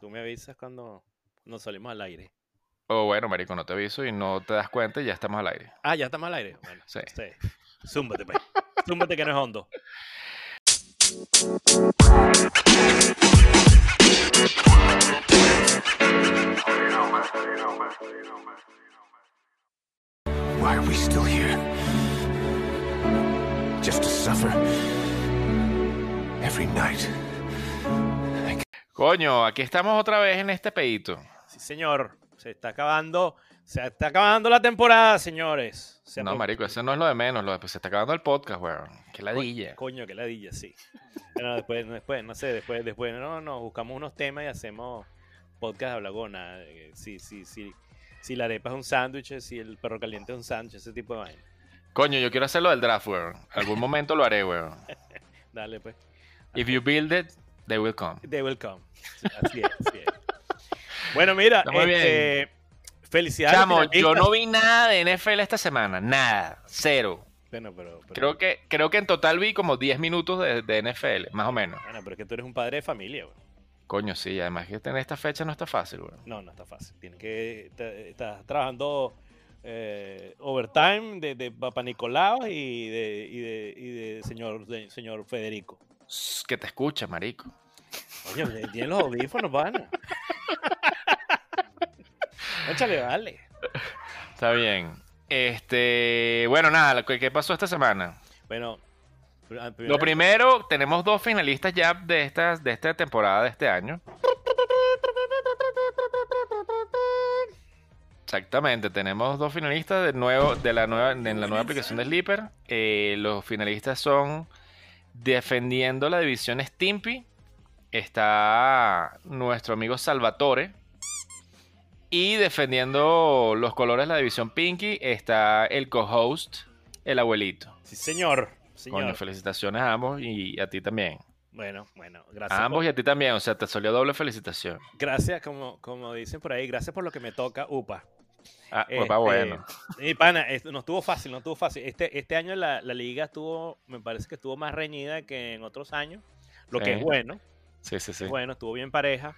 Tú me avisas cuando nos salimos al aire. O bueno, marico, no te aviso y no te das cuenta y ya estamos al aire. Ah, ya estamos al aire. Bueno, Sí. sí. Zúmbate, pues. Zúmbate que no es hondo. Why are we still here? Just to suffer? Every night. Coño, aquí estamos otra vez en este pedito. Sí, señor. Se está acabando. Se está acabando la temporada, señores. Se No, apro- marico, eso no es lo de menos. Lo de, pues, se está acabando el podcast, weón. Qué ladilla. Coño, que ladilla, sí. Bueno, después, después, no sé, después, después, no, no, buscamos unos temas y hacemos podcast de Blagona. Sí, sí, sí. Si la arepa es un sándwich, si el perro caliente es un sándwich, ese tipo de vaina. Coño, yo quiero hacer lo del draft, weón. Algún momento lo haré, weón. Dale, pues. If you build it, they will come. They will come. Sí, así es, así es. Bueno, mira, Está muy bien. este, felicidades. Chamo, yo finalistas. no vi nada de NFL esta semana. Nada. Cero. Bueno, pero, pero- Creo que, creo que en total vi como 10 minutos de, de NFL, más o menos. bueno, pero es que tú eres un padre de familia, güey. Coño, sí, además que en esta fecha no está fácil, weón. No, no está fácil. Tienes que. está- Estás trabajando eh, overtime de, de Papá Nicolau y de, y de, y de señor, de señor Federico. Sss, Que te escucha, marico. Oye, tienen los audífonos, pana. Échale, vale. Está bien. Este, bueno, nada, lo que- ¿qué pasó esta semana? Bueno, pr- ah, Lo primero- primero, tenemos dos finalistas ya de esta, de esta temporada de este año. Exactamente, tenemos dos finalistas de nuevo, de la nueva, en la nueva aplicación de Sleeper. Eh, los finalistas son defendiendo la división Stimpy. Está nuestro amigo Salvatore. Y defendiendo los colores de la división Pinky está el co-host, el abuelito. Sí, señor. Señor. Coño, felicitaciones a ambos y a ti también. Bueno, bueno, gracias. A ambos por- y a ti también, o sea, te salió doble felicitación. Gracias, como, como dicen por ahí, gracias por lo que me toca, upa. Ah, Este, papá, bueno. Y pana, es- no estuvo fácil, no estuvo fácil. Este, este año la, la liga estuvo, me parece que estuvo más reñida que en otros años, lo que es Sí. bueno, Sí, sí, sí. bueno, estuvo bien pareja.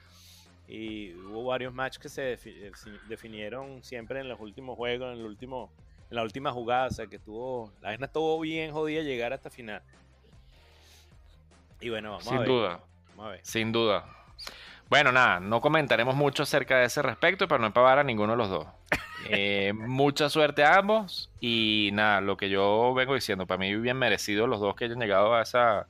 Y hubo varios matches que se defi- eh, si- definieron siempre en los últimos juegos, en el último, en la última jugada, o sea que estuvo, la vaina estuvo bien jodida llegar hasta final. Y bueno, vamos a Sin ver. duda, Vamos a ver. sin duda. Bueno, nada, no comentaremos mucho acerca de ese respecto para no empavar a ninguno de los dos. Eh, mucha suerte a ambos y nada, lo que yo vengo diciendo, para mí bien merecido los dos que hayan llegado a esa,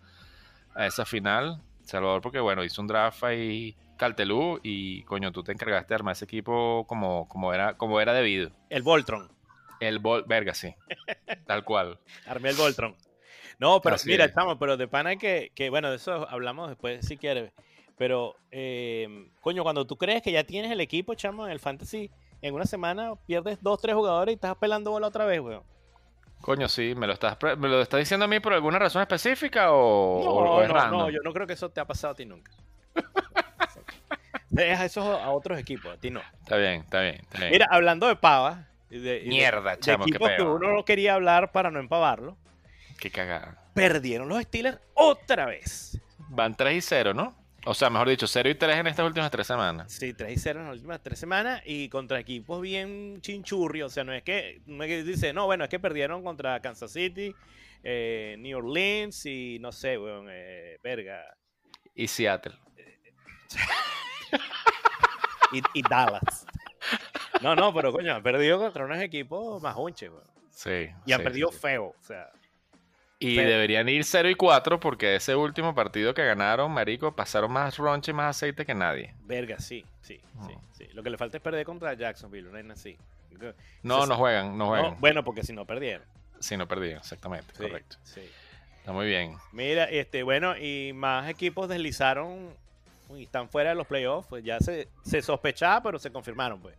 a esa final. Salvador, porque bueno, hizo un draft ahí Caltelú y coño, tú te encargaste de armar ese equipo como, como, era, como era debido. El Voltron. El bol, verga, sí. Tal cual. Armé el Voltron. No, pero Así mira, es. estamos, pero de pana que, que, bueno, de eso hablamos después si quieres. Pero, eh, coño, cuando tú crees que ya tienes el equipo, chamo, en el fantasy, en una semana pierdes dos, tres jugadores y estás pelando bola otra vez, weón. Coño, sí, ¿me lo estás, pre- me lo estás diciendo a mí por alguna razón específica o, no, o- o es no, random? no, yo no creo que eso te ha pasado a ti nunca. Deja eso a otros equipos, a ti no. Está bien, está bien, está bien. Mira, hablando de pavas. y de- y de- Mierda, de chamo, qué equipos que peo. uno no quería hablar para no empavarlo. Qué cagada. Perdieron los Steelers otra vez. Van 3 y 0, ¿no? O sea, mejor dicho, 0 y 3 en estas últimas tres semanas. Sí, 3 y 0 en las últimas tres semanas y contra equipos bien chinchurrios. O sea, no es que, no es que dice, no, bueno, es que perdieron contra Kansas City, eh, New Orleans y no sé, weón, eh, verga. Y Seattle. Y, y Dallas. No, no, pero coño, han perdido contra unos equipos más hunches, weón. Sí. Y han sí, perdido sí. feo. O sea, Y feo. deberían ir 0 y 4 porque ese último partido que ganaron, marico, pasaron más ronche y más aceite que nadie. verga, sí, sí, sí, Mm. sí. Lo que le falta es perder contra Jacksonville, una vaina así. No, Sí, no sí. juegan, no No, juegan. bueno, porque si no perdieron. Sí, no perdieron, exactamente, Sí, correcto. Sí. Está muy bien. Mira, este, bueno, y más equipos deslizaron y están fuera de los playoffs. Pues ya se, se sospechaba, pero se confirmaron, pues.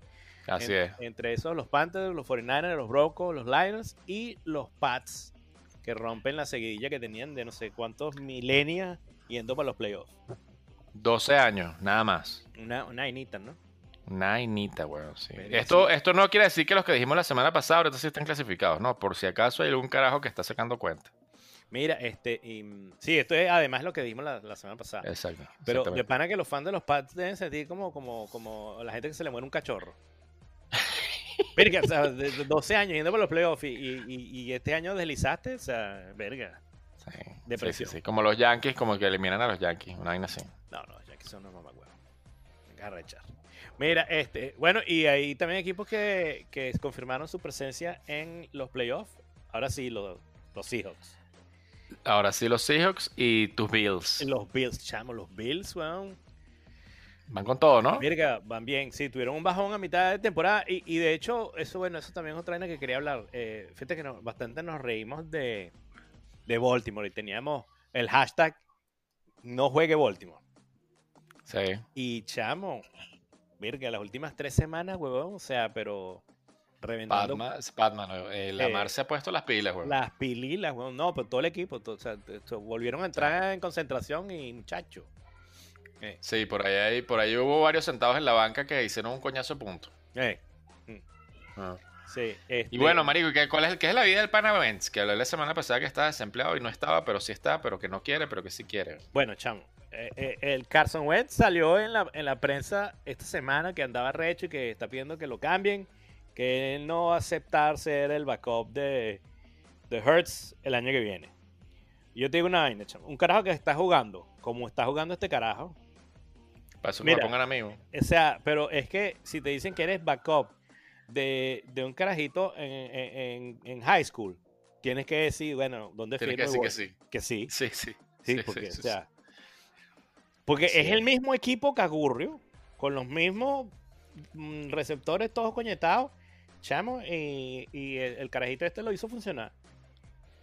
Así En- es. Entre esos, los Panthers, los 49ers, los Broncos, los Lions y los Pats, que rompen la seguidilla que tenían de no sé cuántos milenios yendo para los playoffs. 12 años, nada más. Una, una vainita, ¿no? Nainita, weón. sí. Verga, Esto, sí. esto no quiere decir que los que dijimos la semana pasada ahorita sí están clasificados, no. Por si acaso hay algún carajo que está sacando cuenta. Mira, este, y, mm, sí, esto es además lo que dijimos la, la semana pasada. Exacto. Ah, Pero de exactamente. pana que los fans de los Pats deben sentir como, como, como la gente que se le muere un cachorro. Verga, o sea, de- de 12 años yendo por los playoffs y, y- y- y este año deslizaste, o sea, verga. Sí, sí, sí, depresión. sí. Como los Yankees, como que eliminan a los Yankees. Una vaina así. No, no, ya que son unos mamacuevos. Venga a rechar. Mira, este, bueno, y ahí también equipos que, que confirmaron su presencia en los playoffs. Ahora sí, los, los Seahawks. Ahora sí, los Seahawks y tus Bills. Los Bills, chamo, los Bills, weón. Van con todo, ¿no? Verga, van bien. Sí, tuvieron un bajón a mitad de temporada. Y, y de hecho, eso bueno, eso también es otra vaina que quería hablar. Eh, fíjate que nos- bastante nos reímos de, de Baltimore y teníamos el hashtag no juegue Baltimore. Sí. Y chamo, verga, las últimas tres semanas, huevón, o sea, pero reventando Batman, Batman, eh, Lamar Eh, se ha puesto las pilas, güey. las pililas, huevón. No, pero todo el equipo, to- o sea, t- to- volvieron a entrar en concentración y muchacho. Sí, por ahí, hay- por ahí hubo varios sentados en la banca que hicieron un coñazo de punto. Eh, Ah. sí, Y este, bueno, Marico, ¿qué, ¿cuál es, el- qué es la vida del Pana Benz? Que hablé la semana pasada que estaba desempleado y no estaba, pero sí está, pero que no quiere, pero que sí quiere. Bueno, chamo, eh, eh, el Carson Wentz salió en la, en la prensa esta semana que andaba recho y que está pidiendo que lo cambien, que él no va a aceptar ser el backup de, de Hertz el año que viene. Y Yo te digo una vaina, chamo, un carajo que está jugando, como está jugando este carajo. Para eso me Mira. lo pongan a mí. güey. O sea, pero es que si te dicen que eres backup de, de un carajito en, en- en- en high school, tienes que decir, bueno, ¿dónde Tiene que firmo y decir que voy? sí. Que sí. Sí, sí. Sí, porque, sí, o sea, porque Sí. es el mismo equipo Cagurrio, con los mismos mm, receptores todos coñetados, chamo, y, y el, el carajito este lo hizo funcionar.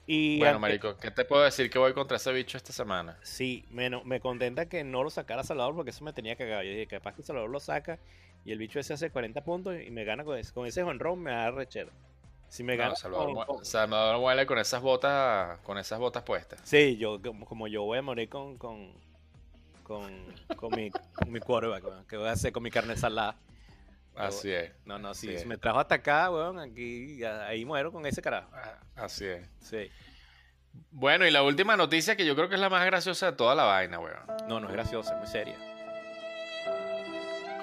Y Bueno, aunque- Marico, ¿qué te puedo decir que voy contra ese bicho esta semana? Sí, me, no- me contenta que no lo sacara Salvador porque eso me tenía cagado. Yo dije, capaz que Salvador lo saca y el bicho ese hace 40 puntos y me gana con ese, con ese jonrón, me da rechera. Si me No, gana. Salvador, con- Mu- con- Salvador Muele con esas botas, con esas botas puestas. Sí, yo como, como yo voy a morir con con, con, con mi, con mi quarterback, weón, que voy a hacer con mi carne salada. Así es. No, no, si Así es. me trajo hasta acá, weón, aquí a- ahí muero con ese carajo. Ah, Así es. Sí. Bueno, y la última noticia que yo creo que es la más graciosa de toda la vaina, weón. No, no es gracioso, es muy seria.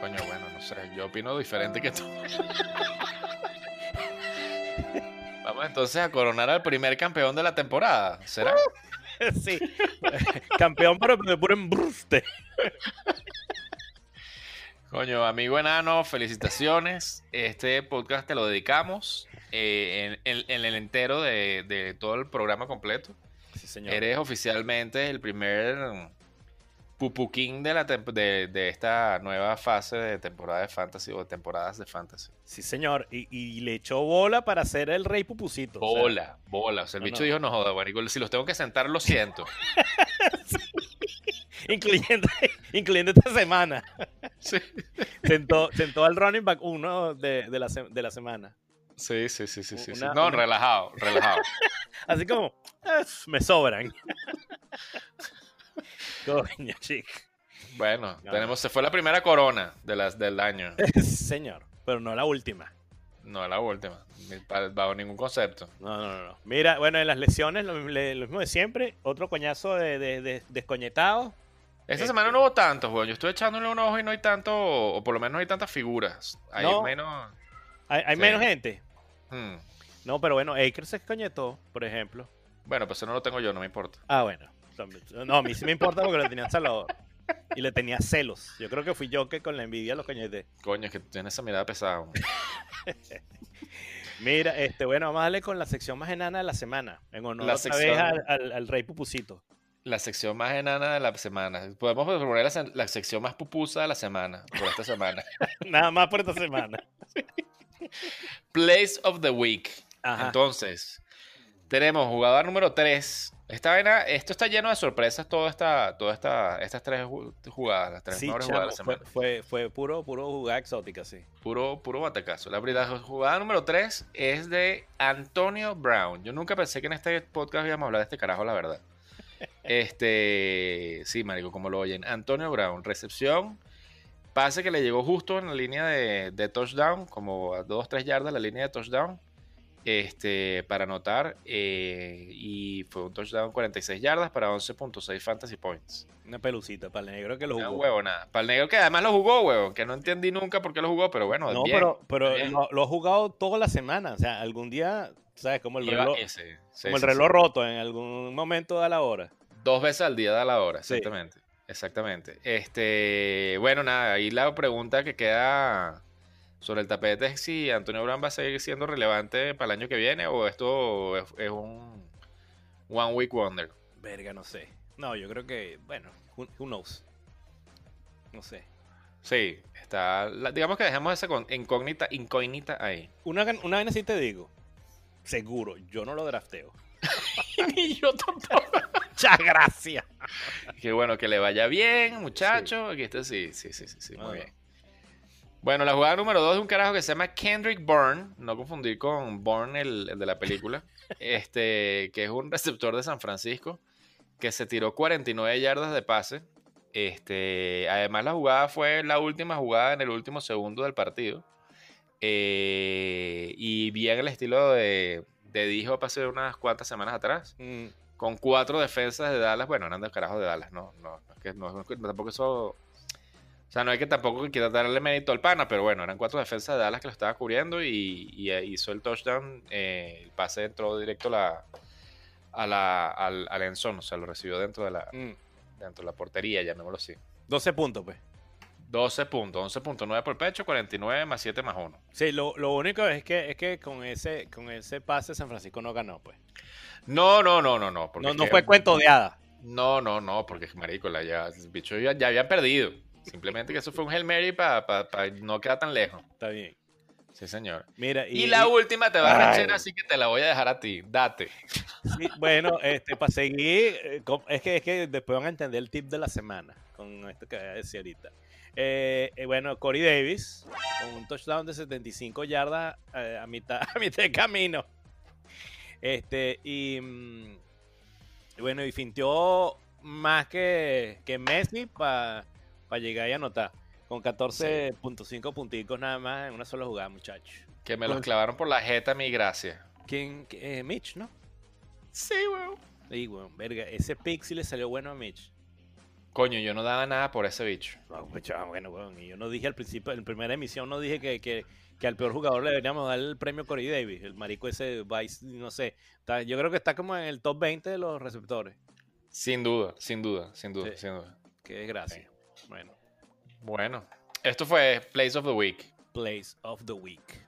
Coño, bueno, no sé, yo opino diferente que tú. Vamos entonces a coronar al primer campeón de la temporada. ¿Será? sí. Campeón pero de puro embuste. Coño, amigo enano, felicitaciones. Este podcast te lo dedicamos eh, en, en- en el entero de, de todo el programa completo. Sí, señor. Eres oficialmente el primer mm, pupuquín de, la temp- de, de esta nueva fase de temporada de fantasy o de temporadas de fantasy. Sí, señor. Y, y le echó bola para ser el rey pupusito. o sea, Bola, bola. O sea, el No, bicho no. dijo, no joda, marico, si los tengo que sentar, lo siento. incluyendo, incluyendo esta semana. Sí, Sentó, sentó al running back uno de, de la, se- de la semana. sí, sí, sí, sí. sí. Una- no, una- relajado, relajado. Así como, "Ah, me sobran. Coño, chico. Bueno, No, tenemos, se fue la primera corona de las, del año. Sí, señor. Pero no la última. No, la última. ni pa- Bajo ningún concepto. No, no, no, no. Mira, bueno, en las lesiones, lo, le- lo mismo de siempre. Otro coñazo de, de, de- descoñetado. Esta Este- semana no hubo tantos, weón. Yo estuve echándole un ojo y no hay tanto, o por lo menos no hay tantas figuras. Hay No. menos. Hay, hay Sí. menos gente. hmm. No, pero bueno, Akers se coñetó, por ejemplo. Bueno, pues eso no lo tengo yo, no me importa. Ah, bueno. No, a mí sí me importa porque lo tenía en Salvador. Y le tenía celos. Yo creo que fui yo que con la envidia los coñeté. Coño, es que tú tienes esa mirada pesada. weón. Mira, este, bueno, vamos a darle con la sección más enana de la semana. En honor La otra vez sección- al, al- al rey Pupusito. La sección más enana de la semana. Podemos proponer la, se- la sección más pupusa de la semana, por esta semana. Nada más por esta semana. Place of the Week. Ajá. Entonces, tenemos jugador número 3. Esta vaina, esto está lleno de sorpresas, toda esta, toda esta, estas tres ju- jugadas, las tres sí, mejores chamo, jugadas de la fue, semana. fue, fue puro, puro jugada exótica, sí. Puro, puro batacazo. La, pri- la jugada número 3 es de Antonio Brown. Yo nunca pensé que en este podcast íbamos a hablar de este carajo, la verdad. Este, sí, marico, como lo oyen. Antonio Brown, recepción. Pase que le llegó justo en la línea de, de touchdown, como a 2-3 yardas la línea de touchdown. este, para anotar eh, y fue un touchdown 46 yardas para 11.6 fantasy points. Una pelucita para el negro que lo Una jugó. huevonada. Para el negro que además lo jugó, huevón, que no entendí nunca por qué lo jugó, pero bueno, No, bien. pero, pero bien. lo, lo ha jugado toda la semana. O sea, algún día, ¿sabes? Como el Lleva reloj, ese. Sí, como el sí, reloj sí. roto, en algún momento da la hora. Dos veces al día da la hora, Sí. exactamente. Exactamente. Este, bueno, nada, ahí la pregunta que queda sobre el tapete es si Antonio Brown va a seguir siendo relevante para el año que viene o esto es, es un one week wonder. Verga, no sé. No, yo creo que, bueno, who, who knows. No sé. Sí, está, la- digamos que dejemos esa con- incógnita, incógnita ahí. Una, gan- una vez sí te digo. Seguro, yo no lo drafteo. Ni yo tampoco. Muchas gracias. Que bueno, que le vaya bien, muchacho. Aquí está, sí, sí, sí, sí, sí, Ah. muy bien. Bueno, la jugada número 2 de un carajo que se llama Kendrick Bourne, no confundir con Bourne, el, el de la película, este, que es un receptor de San Francisco, que se tiró 49 yardas de pase. Este, además, la jugada fue la última jugada en el último segundo del partido. Eh, y bien el estilo de, de dijo hace unas cuantas semanas atrás Mm, con cuatro defensas de Dallas. Bueno, eran del carajo de Dallas, no, no, no es que no, no es que tampoco eso. O sea, no hay que tampoco que quiera darle mérito al pana, pero bueno, eran cuatro defensas de Dallas que lo estaba cubriendo y, y, eh, hizo el touchdown. eh, el pase entró directo a la, a la, al, al end zone, o sea, lo recibió dentro de la, mm. dentro de la portería, llamémoslo así. 12 puntos, pues. 12 puntos, 11.9 por pecho, 49 más 7 más 1. Sí, lo, lo único es que, es que con ese con ese pase San Francisco no ganó, pues. No, no, no, no, no. porque No, es no que- fue cuento de hadas. No, no, no, porque marico, la ya, el bicho ya, ya había perdido. Simplemente que eso fue un Hail Mary para no quedar tan lejos. Está bien. Sí, señor. Mira, y, Y, la última te va a Ay. rechazar, así que te la voy a dejar a ti. Date. Sí, bueno, este, para seguir, eh, com- es que, es que después van a entender el tip de la semana con esto que voy a decir ahorita. Eh, eh, bueno, Corey Davis, con un touchdown de 75 yardas eh, a, mitad, a mitad de camino. Este, y mm, y bueno, y fintió más que, que Messi para llegar y anotar. Con 14.5 punticos nada más en una sola jugada, muchachos. Que me los Con- clavaron por la jeta, mi gracia. ¿Quién? Eh, Mitch, ¿no? Sí, weón. Y bueno, verga, ese pixie le salió bueno a Mitch. Coño, yo no daba nada por ese bicho. No, pues, chamo, bueno, weón, y yo no dije al principio, en primera emisión no dije que, que- que al peor jugador le deberíamos dar el premio Corey Davis, el marico ese Vice, no sé. Está- yo creo que está como en el top 20 de los receptores. Sin duda, sin duda, sin duda, Sí. sin duda. Qué desgracia. Bueno, Bueno, esto fue Place of the Week. Place of the Week.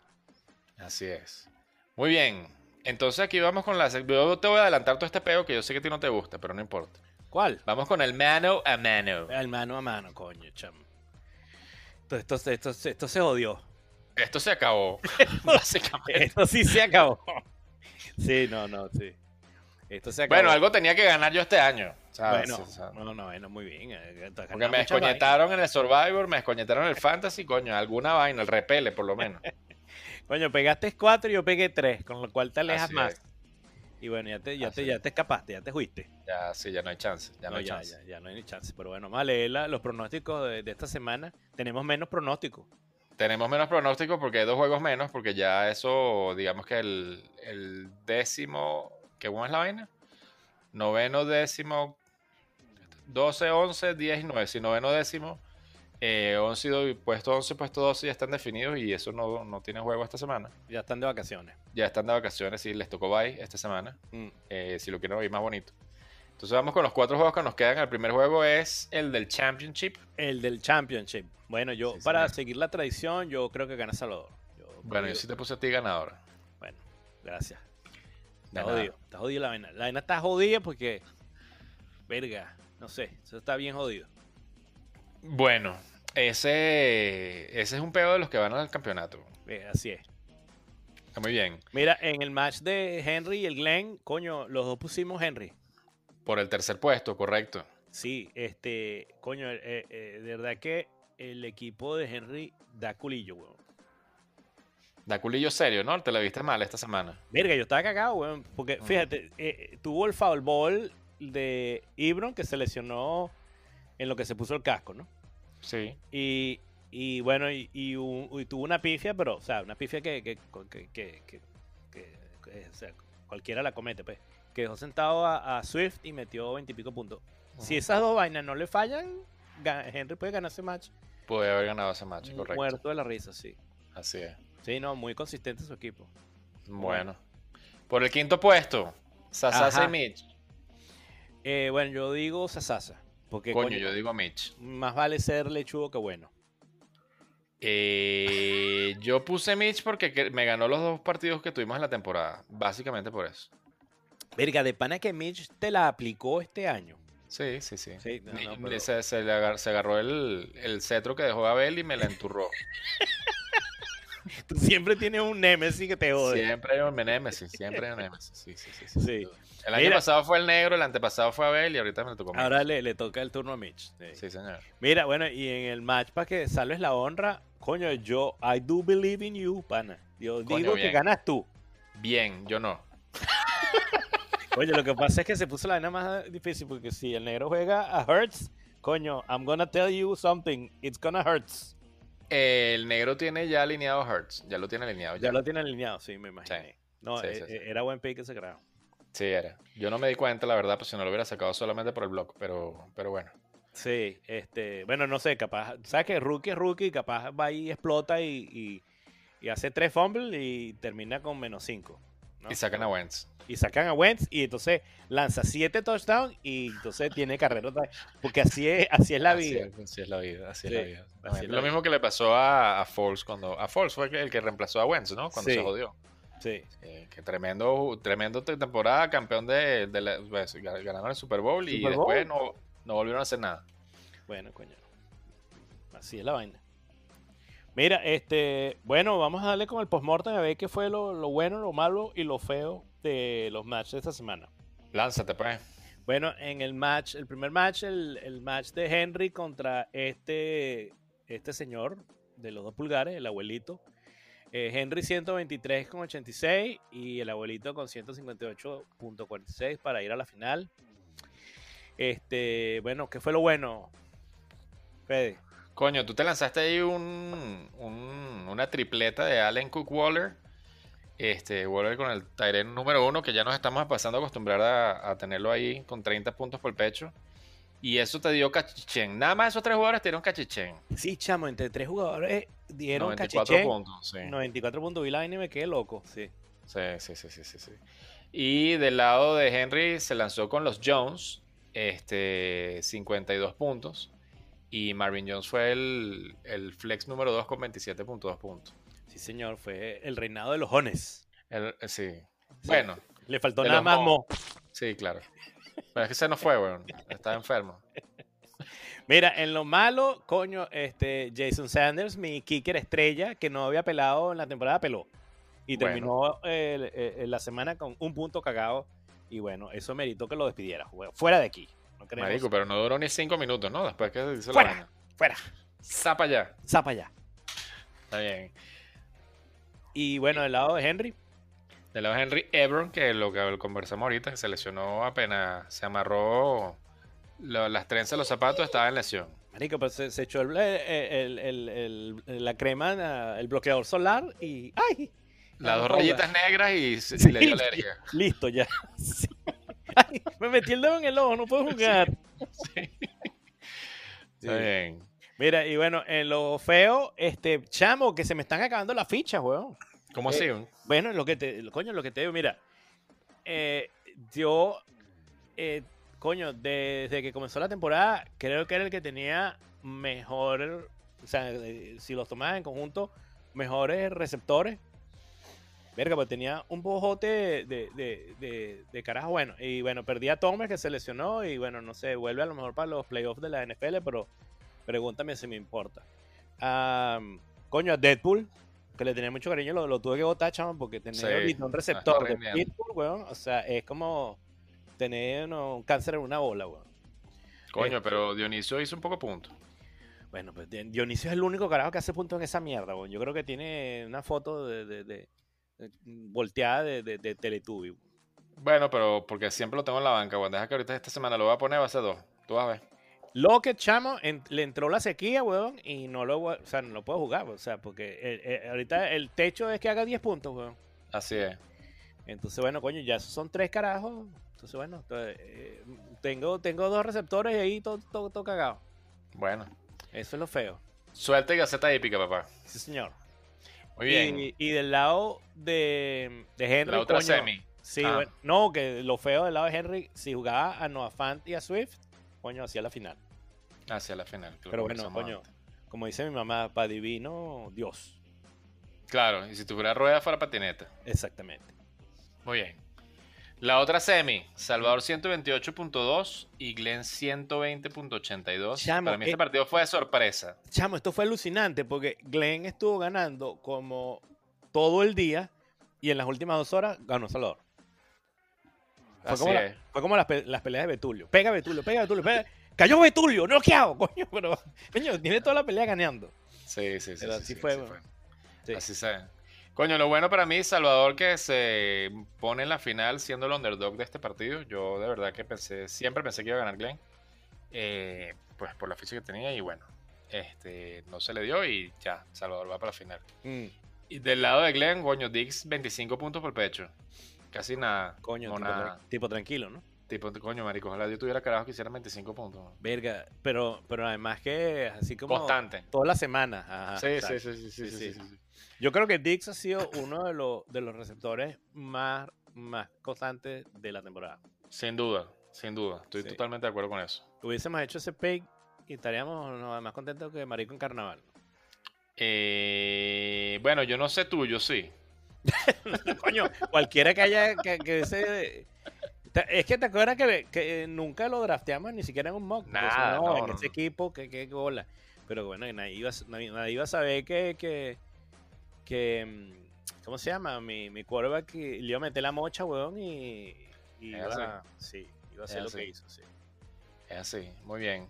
Así es. Muy bien. Entonces aquí vamos con la... sec- Yo te voy a adelantar todo este peo que yo sé que a ti no te gusta, pero no importa. ¿Cuál? Vamos con el mano a mano. El mano a mano, coño, chamo. Esto, esto, se- esto se- esto se odió. Esto se acabó. Básicamente. Esto sí se acabó. Sí, no, no, sí. Esto se acabó. Bueno, algo tenía que ganar yo este año. ¿sabes? Bueno, O sea, no, no, bueno, muy bien. eh, está porque ganando me mucha vaina. descoñetaron en el Survivor, me descoñetaron en el Fantasy, coño, alguna vaina, el repele por lo menos. Coño, pegaste cuatro y yo pegué tres, con lo cual te alejas Así más. es. Y bueno, ya te, ya, Así te, ya te escapaste, ya te fuiste. Ya, sí, ya no hay chance. Ya no, No, hay ya, chance. ya- ya no hay ni chance. Pero bueno, vamos a leer la- los pronósticos de, de esta semana. Tenemos menos pronósticos. Tenemos menos pronósticos porque hay dos juegos menos, porque ya eso, digamos que el, el décimo, ¿qué bueno es la vaina? Noveno, décimo, 12, 11, 10 y 9. Si noveno, décimo, eh, 11 y do- puesto 11, puesto 12 ya están definidos y eso no, no tiene juego esta semana. Ya están de vacaciones. Ya están de vacaciones y les tocó bye esta semana, Mm. eh, si lo quieren oír más bonito. Entonces vamos con los cuatro juegos que nos quedan. El primer juego es el del Championship. El del Championship. Bueno, yo, Sí, para señor. seguir la tradición, yo creo que gana Salvador. Yo- Bueno, yo sí te puse a ti ganador. Bueno, gracias. De Está nada. jodido. Está jodido la vaina. La vaina está jodida porque. Verga, no sé. Eso está bien jodido. Bueno, ese, ese es un pedo de los que van al campeonato. Eh, Así es. Está muy bien. Mira, en el match de Henry y el Glenn, coño, los dos pusimos Henry. Por el tercer puesto, correcto. Sí, este, coño, eh, eh, de verdad que el equipo de Henry da culillo, weón. Da culillo serio, ¿no? Te la viste mal esta semana. Verga, yo estaba cagado, weón. Porque Ujú. fíjate, eh, tuvo el foul ball de Ibron que se lesionó en lo que se puso el casco, ¿no? Sí. Y, y bueno, y, y un- y tuvo una pifia, pero, o sea, una pifia que, que, que, que- que- que eh, o sea, cualquiera la comete, pues. Que dejó sentado a, a Swift y metió veintipico puntos. Si esas dos vainas no le fallan, ga- Henry puede ganar ese match. Pude haber ganado ese match, Ah, correcto. Muerto de la risa, sí. Así es. Sí, no, muy consistente su equipo. Bueno. Por el quinto puesto, Sasasa Ajá. y Mitch. Eh, bueno, yo digo Sasasa. Porque Coño, coño, yo digo Mitch. más vale ser lechugo que bueno. Eh, yo puse Mitch porque que- me ganó los dos partidos que tuvimos en la temporada. Básicamente por eso. Verga, de pana que Mitch te la aplicó este año. Sí, sí, sí. Sí, no, Mitch no, pero- se, se le agar- se agarró el, el cetro que dejó Abel y me la enturró. Tú siempre tienes un Nemesis que te jode. siempre era un Nemesis, siempre era un Nemesis. Sí, sí, sí. sí, sin eh. Sí. duda. El año Mira. pasado fue el negro, el antepasado fue Abel y ahorita me lo tocó. Mitch. Ahora le, le toca el turno a Mitch. Sí. Sí, señor. Mira, bueno, y en el match para que salves la honra, coño, yo, I do believe in you, pana. Yo Coño, digo bien. que ganas tú. Bien, yo no. Oye, lo que pasa es que se puso la vaina más difícil porque si el negro juega a Hurts, coño, I'm gonna tell you something, it's gonna hurts. El negro tiene ya alineado Hertz, ya lo tiene alineado. Ya Ya. lo tiene alineado, sí, me imaginé. No, Sí, eh, sí, sí. eh, era buen pick ese grado. Sí, era. Yo no me di cuenta, la verdad, pues si no lo hubiera sacado solamente por el blog, pero, pero bueno. Sí, este, bueno, no sé, capaz, sabes que rookie es rookie, capaz va y explota y, y- y hace tres fumbles y termina con menos cinco. ¿no? Y sacan a Wentz. y sacan a Wentz y entonces lanza siete touchdowns y entonces tiene carrera otra vez, porque así es, así es la Así vida. es, así es la vida, así es Sí, la vida. así es lo la vida. mismo que le pasó a, a Foles cuando... A Foles fue el que reemplazó a Wentz, ¿no? Cuando Sí. se jodió. Sí. Eh, que tremendo, tremendo te- temporada, campeón de, de la, pues, ga- ganaron el Super Bowl y Super Bowl. después no, no volvieron a hacer nada. Bueno, coño. Así es la vaina. Mira, este, bueno, vamos a darle con el postmortem a ver qué fue lo, lo bueno, lo malo y lo feo de los matches de esta semana. Lánzate, pues. Bueno, en el match, el primer match, el, el match de Henry contra este, este señor de los dos pulgares, el abuelito. Eh, Henry 123,86 y el abuelito con 158,46 para ir a la final. Este, bueno, ¿qué fue lo bueno? Fede. Coño, tú te lanzaste ahí un, un- una tripleta de Allen Cook Waller. Este, Waller con el Tyren número uno, que ya nos estamos pasando a acostumbrar a, a tenerlo ahí con 30 puntos por pecho. Y eso te dio cachichén. Nada más esos tres jugadores te dieron cachichén. Sí, chamo, entre tres jugadores dieron 94 cachiche. puntos, sí. 94 puntos. Vi la vaina y me quedé loco. Sí. Sí, sí, sí, sí, sí, sí. Y del lado de Henry se lanzó con los Jones, este, 52 puntos. Y Marvin Jones fue el, el flex número 2 con 27.2 puntos. Sí, señor, fue el reinado de los jones. El- eh, sí. Bueno, Le faltó De nada los más Mo. mo. sí, claro. Pero es que se nos fue, weón. Estaba enfermo. Mira, en lo malo, coño, este Jason Sanders, mi kicker estrella, que no había pelado en la temporada, peló. Y Bueno. terminó el- el- el- la semana con un punto cagado. Y bueno, eso meritó que lo despidiera. Bueno, Fuera de aquí. No queremos- Marico, pero no duró ni 5 minutos, ¿no? Después que hizo Fuera. la vaina. Fuera. Zapa ya. Zapa ya. Está bien. Y bueno, del lado de Henry, De lado de Henry Ebron, que lo que conversamos ahorita, que se lesionó apenas, se amarró lo- las trenzas de los zapatos, estaba en lesión. marico, pues se, se echó el- eh, el- el- el- el- la crema, el bloqueador solar y ¡ay! Las dos Ah, Hola. rayitas negras y se- Sí, le dio sí. alergia. Listo ya. Sí. Ay, me metí el dedo en el ojo, no puedo jugar. Sí. Está bien. Mira, y bueno, en lo feo, este, chamo, que se me están acabando las fichas, weón. ¿Cómo Eh, así? Bueno, lo que te, lo- coño, lo que te digo, mira, eh, yo, eh, coño, desde que comenzó la temporada, creo que era el que tenía mejor, o sea, eh, si los tomabas en conjunto, mejores receptores. Verga, pues tenía un bojote de, de, de- de- de carajo bueno. Y bueno, perdí a Thomas que se lesionó y bueno, no sé, vuelve a lo mejor para los playoffs de la NFL, pero pregúntame si me importa. Ah, coño, a Deadpool, que le tenía mucho cariño, lo, lo tuve que botar, chamo, porque tener Sí, ahorita un no está receptor de rindiendo. Pittsburgh, weón, o sea, es como tener no, un cáncer en una bola, weón. eh, Coño, pero Dionisio hizo un poco punto. Bueno, pues Di- Dionisio es el único carajo que hace puntos en esa mierda, weón. Yo creo que tiene una foto de, de- de- de- volteada de, de, de Teletubby. Bueno, pero porque siempre lo tengo en la banca, weón. Deja que ahorita esta semana lo voy a poner, va a ser dos. Tú vas a ver. Lo que chamo, en- le entró la sequía, weón, y no lo, voy a- o sea, eh, no lo puedo jugar, o sea, porque el- el- ahorita el techo es que haga 10 puntos, weón. Así es. Entonces, bueno, coño, ya son tres carajos. Entonces, bueno, entonces, eh, tengo, tengo dos receptores y ahí todo, todo, todo cagado. Bueno, Eso es lo feo. suerte y gaceta épica, papá. Sí, señor. Muy bien. Y, y del lado de, de Henry. la otra coño, semi. Sí, Ah. bueno, no, que lo feo del lado de Henry, si jugaba a Noah Fant y a Swift, coño, hacía la final. Hacia Ah, la final. que lo Pero bueno, conversamos coño, antes. como dice mi mamá, para divino, Dios. Claro, y si tuviera rueda fuera patineta. Exactamente. Muy bien. La otra semi, Salvador 128.2 y Glenn 120.82. Chamo, Para mí este eh. partido fue de sorpresa. Chamo, esto fue alucinante porque Glenn estuvo ganando como todo el día y en las últimas dos horas ganó Salvador. Fue Así como, la- es. fue como las, pe- las peleas de Betulio. Pega Betulio, pega Betulio, pega. Cayó Betulio, no ¿qué hago, coño, pero coño, tiene toda la pelea ganando. Sí, sí, sí. Pero sí, así sí, fue, así bueno. Sí. fue. Así se. Coño, lo bueno para mí, Salvador que se pone en la final siendo el underdog de este partido. Yo de verdad que pensé, siempre pensé que iba a ganar Glenn. Eh, pues por la ficha que tenía y bueno, este no se le dio y ya, Salvador va para la final. Mm, Y del lado de Glenn, coño, Dix 25 puntos por pecho. Casi nada. coño, no tipo, nada. tra- tipo tranquilo, ¿no? Tipo, coño, marico, ojalá yo tuviera carajo que hicieran 25 puntos. Verga, pero, pero además que así como Constante. todas las semanas. ajá, sí, Ah, exacto. sí, sí, sí, sí, Sí, sí, sí. sí, sí. Yo creo que Dix ha sido uno de los, de los receptores más, más constantes de la temporada. Sin duda, sin duda. Estoy Sí. totalmente de acuerdo con eso. Hubiésemos hecho ese pick y estaríamos no, más contentos que Marico en carnaval. Eh, bueno, yo no sé tú, yo sí. Coño, cualquiera que haya que, que ese- Ta- Es que te acuerdas que, que nunca lo drafteamos ni siquiera en un mock. porque Nada, no, no, en no, ese no. equipo, que, que bola. Pero bueno, y nadie iba, a- nadie, nadie iba a saber que, que, que, mm, ¿Cómo se llama? Mi, mi quarterback y- le iba a meter la mocha, weón, y. y Es iba, así. a- sí, iba a hacer Es lo así. que hizo, sí. Es así, muy bien.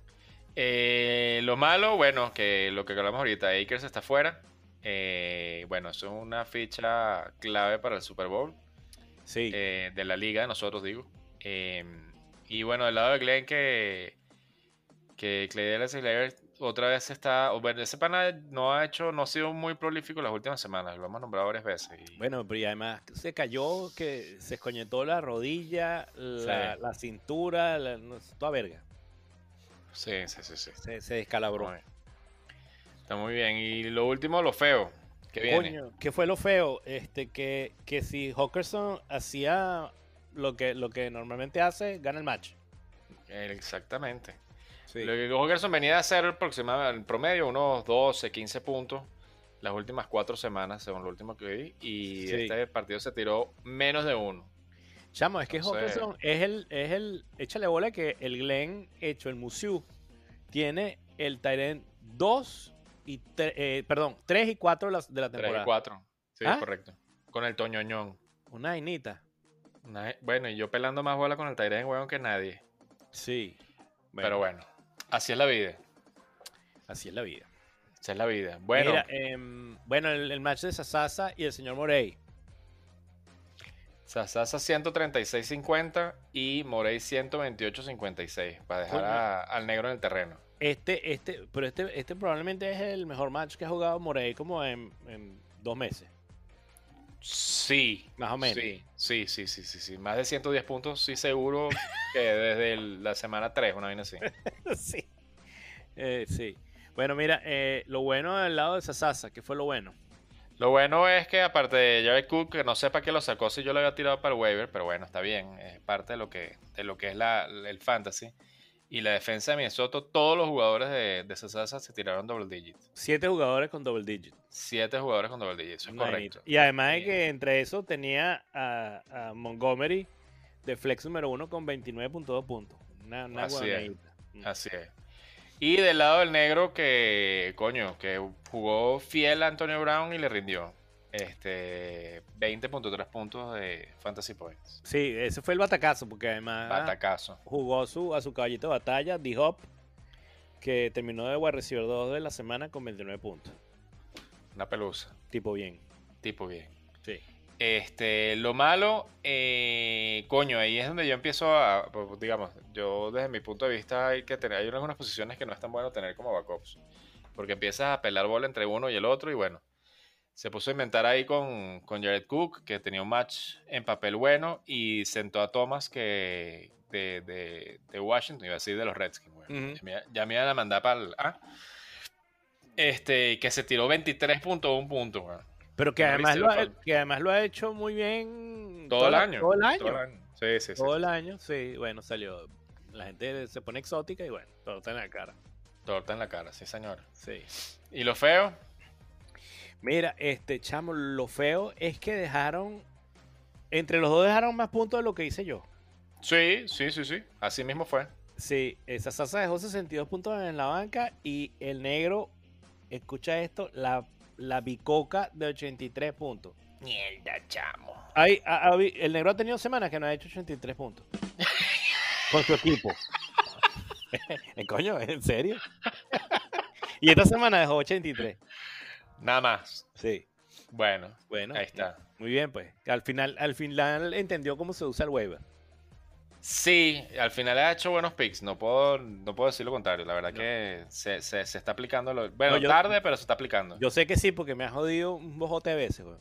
Eh, lo malo, bueno, que lo que hablamos ahorita, Akers está fuera. Eh, bueno, eso es una ficha clave para el Super Bowl. Sí, eh, de la liga, nosotros digo. Eh, y bueno, del lado de Glenn que, que Clay Alexis Lager otra vez está, o bueno, ese pana no ha hecho, no ha sido muy prolífico las últimas semanas, lo hemos nombrado varias veces. y- bueno, pero y además se cayó, que se escoñetó la rodilla, la, Sí. la cintura, la- no, toda verga. sí, sí, sí, sí. Se, se descalabró. Muy bien. Está muy bien. Y lo último, lo feo. Que viene. Coño, ¿qué fue lo feo? Este, que, que si Hawkerson hacía lo que, lo que normalmente hace, gana el match. Exactamente. Sí. Lo que Hawkinson venía a hacer aproximadamente en promedio unos 12, 15 puntos las últimas cuatro semanas, según lo último que vi. Y Sí. este partido se tiró menos de uno. Chamo, es que no sé. Hawkerson es el, es el, échale bola que el Glenn hecho, el Musiu, tiene el Tyrant 2 y, tre- eh, perdón, 3 y 4 de la, de la 3 y temporada. 4. Sí, ¿Ah? correcto. Con el Toñoñón. Una vainita. Na- Bueno, y yo pelando más bola con el Tyrén, weón, que nadie. Sí. Pero bueno, así es la vida. Así es la vida. Así es la vida. Bueno, Mira, em, bueno, el, el match de Sasasa y el señor Morey. Sasasa 136.50 y Morey 128.56 para dejar Coño. a- al negro en el terreno. Este, este, pero este, este probablemente es el mejor match que ha jugado Morey como en, en dos meses, Sí. más o menos. Sí, sí, sí, sí, sí, sí. Más de 110 puntos, sí, seguro que desde el- la semana 3, una vaina así. Sí. Eh, sí. Bueno, mira, eh, lo bueno del lado de Sasasa, que fue lo bueno. Lo bueno es que aparte de Jared Cook, que no sepa que lo sacó si yo lo había tirado para el waiver, pero bueno, está bien, es parte de lo que, de lo que es la, el fantasy. Y la defensa de Minnesota, todos los jugadores de, de Sasasa se tiraron double digit. Siete jugadores con double digit. Siete jugadores con double digit, eso es Una correcto. vainita. Y además de Bien. que entre eso tenía a, a Montgomery de flex número uno con 29.2 puntos. Una, una Así es. guanaíta. Mm. Así es. Y del lado del negro, que coño, que jugó fiel a Antonio Brown y le rindió. Este 20.3 puntos de Fantasy Points. Sí, ese fue el batacazo, porque además... Batacazo. jugó su, a su caballito de batalla, D-Hop, que terminó de wide receiver 2 de la semana con 29 puntos. Una pelusa. Tipo bien. Tipo bien. Sí. Este, lo malo, eh, coño, ahí es donde yo empiezo a, pues, digamos, yo desde mi punto de vista hay que tener, hay algunas posiciones que no es tan bueno tener como backups, porque empiezas a pelar bola entre uno y el otro y bueno, se puso a inventar ahí con, con Jared Cook, que tenía un match en papel bueno, y sentó a Thomas que de, de- de Washington, iba a decir de los Redskins, güey. Ujú. Ya me iba- ya me iban a mandar para el A. Este, que se tiró 23.1 puntos, güey. Pero que No además, hice lo la ha, falta. que además lo ha hecho muy bien Todo, el la- año. Todo el año. Todo el año. Sí, sí, sí. sí. Bueno, salió. La gente se pone exótica y bueno, todo está en la cara. Torta en la cara, sí, señora. Sí. ¿Y lo feo? Mira, este chamo, lo feo es que dejaron. Entre los dos dejaron más puntos de lo que hice yo. Sí, sí, sí, sí. Así mismo fue. Sí, esa salsa dejó 62 puntos en la banca y el negro, escucha esto, la, la bicoca de 83 puntos. Mierda, chamo. Ahí, a- a- el negro ha tenido semanas que no ha hecho 83 puntos. Con su equipo. Eh, Coño, ¿en serio? y esta semana dejó 83. Nada más. Sí. Bueno, Bueno. ahí está. Muy bien, pues. Al final, al final entendió cómo se usa el waiver. Sí, al final ha hecho buenos picks. No puedo, no puedo decir lo contrario. La verdad que se, se- se está aplicando. lo- bueno, No, yo- tarde, pero se está aplicando. Yo sé que sí, porque me ha jodido un bojote de veces, weón.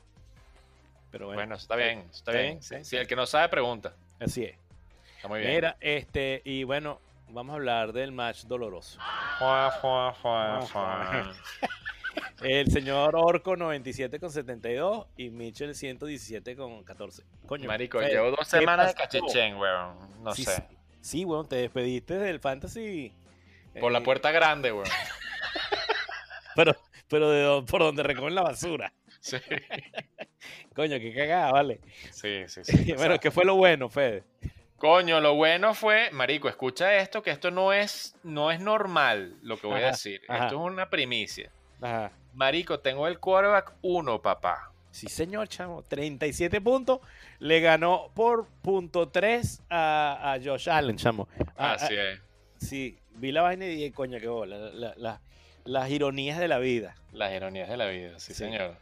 Pero bueno, bueno, está bien, está está bien. bien, Sí, eh, sí, sí, el que no sabe, pregunta. así es. Está muy bien. Mira, este, y bueno, vamos a hablar del match doloroso. Fua, fua, fua, fua. El señor Orco 97 con 72 y Mitchell 117 con 14. Coño, Marico, Fede, llevo dos ¿qué semanas de pasó? cachichén, weón. No Sí, sé. sí. Sí, weón, te despediste del fantasy. Por la eh, puerta grande, weón. Pero, pero de do- por donde recogen la basura. Sí, Coño, qué cagada, vale. sí, sí. sí. O sea, bueno, ¿qué fue lo bueno, Fede? Coño, lo bueno fue, marico, escucha esto, que esto no es, no es normal lo que voy Ajá, a decir. ajá. Esto es una primicia. Ajá. Marico, tengo el quarterback 1, papá. Sí, señor, chamo. 37 puntos. Le ganó por punto 3 a, a Josh Allen, chamo. A- a- Así es. sí, vi la vaina y dije, coño, qué bola. la- la- la- las ironías de la vida. Las ironías de la vida, sí, Sí. señor.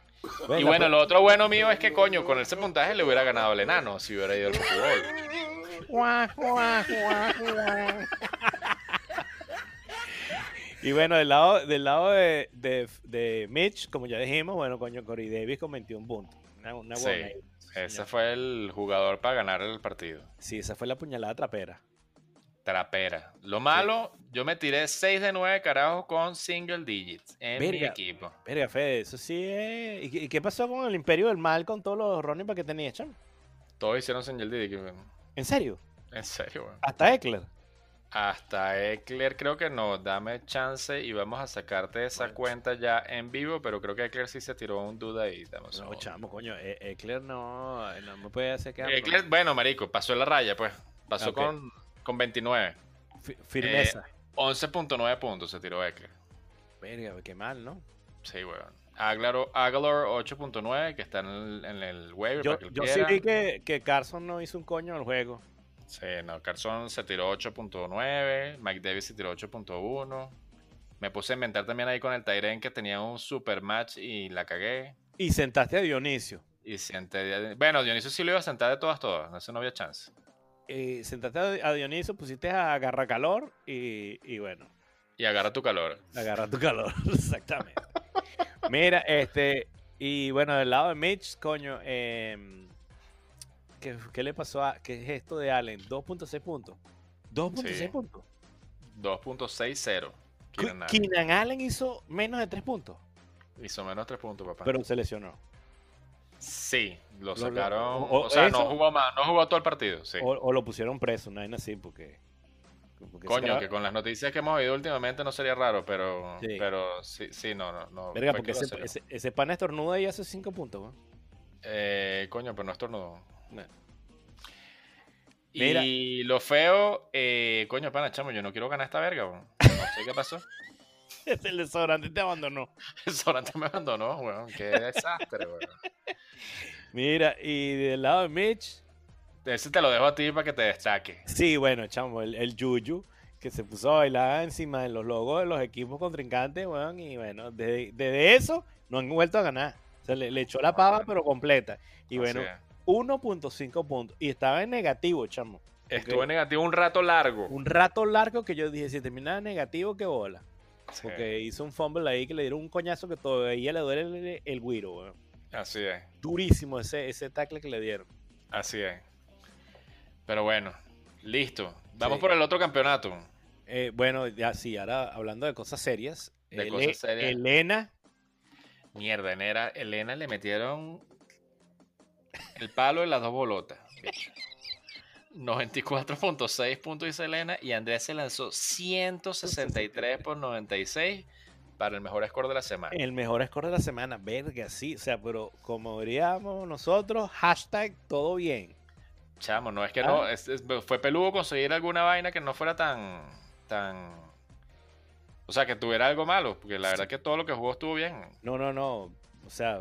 Venga, y bueno, pues. lo otro bueno mío es que, coño, con ese puntaje le hubiera ganado al enano si hubiera ido al fútbol. pues, Guau, guau, guau, guau. Y bueno, del lado, del lado de, de- de Mitch, como ya dijimos, bueno, coño, Corey Davis con 21 puntos. Una, una Sí, buena ahí, sí, Ese señor. fue el jugador para ganar el partido. Sí, esa fue la puñalada trapera. Trapera. Lo malo, yo me tiré 6 de 9 carajos con single digits en mi Verga. equipo. Verga, Fede, eso sí es. ¿Y qué, y qué pasó con el Imperio del Mal con todos los running backs que tenía, chamo? Todos hicieron single digits. weón. ¿En serio? En serio, weón. Hasta Eckler. Hasta Eckler creo que no, dame chance y vamos a sacarte esa Bueno, sí. cuenta ya en vivo, pero creo que Eckler sí se tiró un duda ahí. dame No, un segundo. chamo, coño, E- Eckler no, no me puede hacer que. Eckler, bueno, marico, pasó la raya, pues. Pasó pues. Ok. con, con 29. Fi- Firmeza. 11.9 puntos se tiró Eckler. Eh, Verga, qué mal, ¿no? Sí, weón. Aguilar, Aguilar 8.9, que está en el, en el waiver Yo, para que lo yo sí quieran. vi que, que Carson no hizo un coño en el juego. Sí, no, Carson se tiró 8.9, Mike Davis se tiró 8.1. Me puse a inventar también ahí con el Tyren que tenía un super match y la cagué. Y sentaste a Dionisio. Y senté. Bueno, Dionisio sí lo iba a sentar de todas, todas. Eso no había chance. Eh, sentaste a a Dionisio, pusiste a agarra calor y, y bueno, Y agarra tu calor. agarra tu calor. Exactamente. Mira, este. Y bueno, del lado de Mitch, coño, em, ¿qué, qué le pasó a. ¿Qué es esto de Allen? 2.6 puntos. 2.6 Sí. puntos. 2.60. Keenan Allen. Keenan Allen hizo menos de 3 puntos, Hizo menos 3 puntos, papá. pero se lesionó. sí, lo lo- sacaron. o- o, o sea, no eso- jugó más, no jugó todo el partido. Sí. O, o lo pusieron preso, una vaina así, porque. porque ese Coño, carajo- que con las noticias que hemos oído últimamente no sería raro, pero Sí. pero sí, sí no, no, no. Verga, fue porque que lo ese, sacó. ese, ese pana estornuda y hace 5 puntos, weón. Eh, coño, pero no estornudó. No. Mira. Y lo feo, eh, coño, pana, chamo, yo no quiero ganar esta verga, weón. No sé qué pasó. El desodorante te abandonó. El Sorante me abandonó, weón. Qué desastre, weón. Mira, y del lado de Mitch, Ese te lo dejo a ti para que te destaque. sí, bueno, chamo, el, el Yuyu, que se puso a bailar encima de los logos de los equipos contrincantes, weón, y bueno, desde, desde eso no han vuelto a ganar. O sea, le, le echó la Ah, pava, bueno. pero completa. Y O bueno, sea, 1.5 puntos. Y estaba en negativo, chamo. estuve negativo un rato largo. Un rato largo que yo dije, si terminaba negativo, qué bola. Sí, Porque hizo un fumble ahí que le dieron un coñazo que todavía le duele el, el güiro, weón. Así es, Durísimo ese, ese tackle que le dieron. así es. Pero bueno, listo. Vamos Sí. por el otro campeonato. Eh, bueno, ya sí, ahora hablando de cosas serias. De Ele- cosas serias. Elena, Mierda, Elena, Elena le metieron el palo en las dos bolotas. 94.6 puntos dice Elena y Andrés se lanzó 163 por 96 para el mejor score de la semana. el mejor score de la semana. Verga, sí. O sea, pero como diríamos nosotros, hashtag todo bien. Chamo, no es que no, es- es- fue peludo conseguir alguna vaina que no fuera tan, tan, o sea, que tuviera algo malo, porque la verdad que todo lo que jugó estuvo bien. No, no, no. O sea,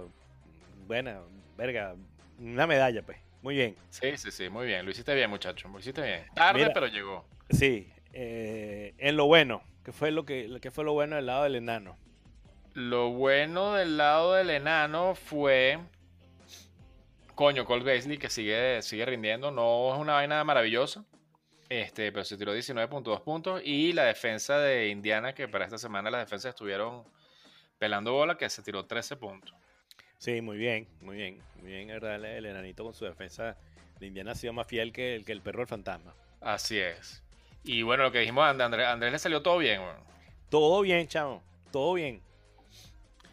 buena, verga. Una medalla, pues. Muy bien. Sí, sí, sí, muy bien, lo hiciste bien, muchacho, lo hiciste bien. Tarde, Mira. pero llegó. Sí. eh, en lo bueno. que fue lo que, lo que fue lo bueno del lado del enano? Lo bueno del lado del enano fue, coño, Cole Beasley que sigue, sigue rindiendo, no es una vaina maravillosa. Este, pero se tiró 19.2 puntos y la defensa de Indiana, que para esta semana las defensas estuvieron pelando bola, que se tiró 13 puntos. Sí, muy bien, muy bien. Muy bien, es verdad, el enanito con su defensa de Indiana ha sido más fiel que el, que el perro del fantasma. Así es. Y bueno, lo que dijimos, a Andrés, Andrés le salió todo bien, weón. Todo bien, chamo. Todo bien.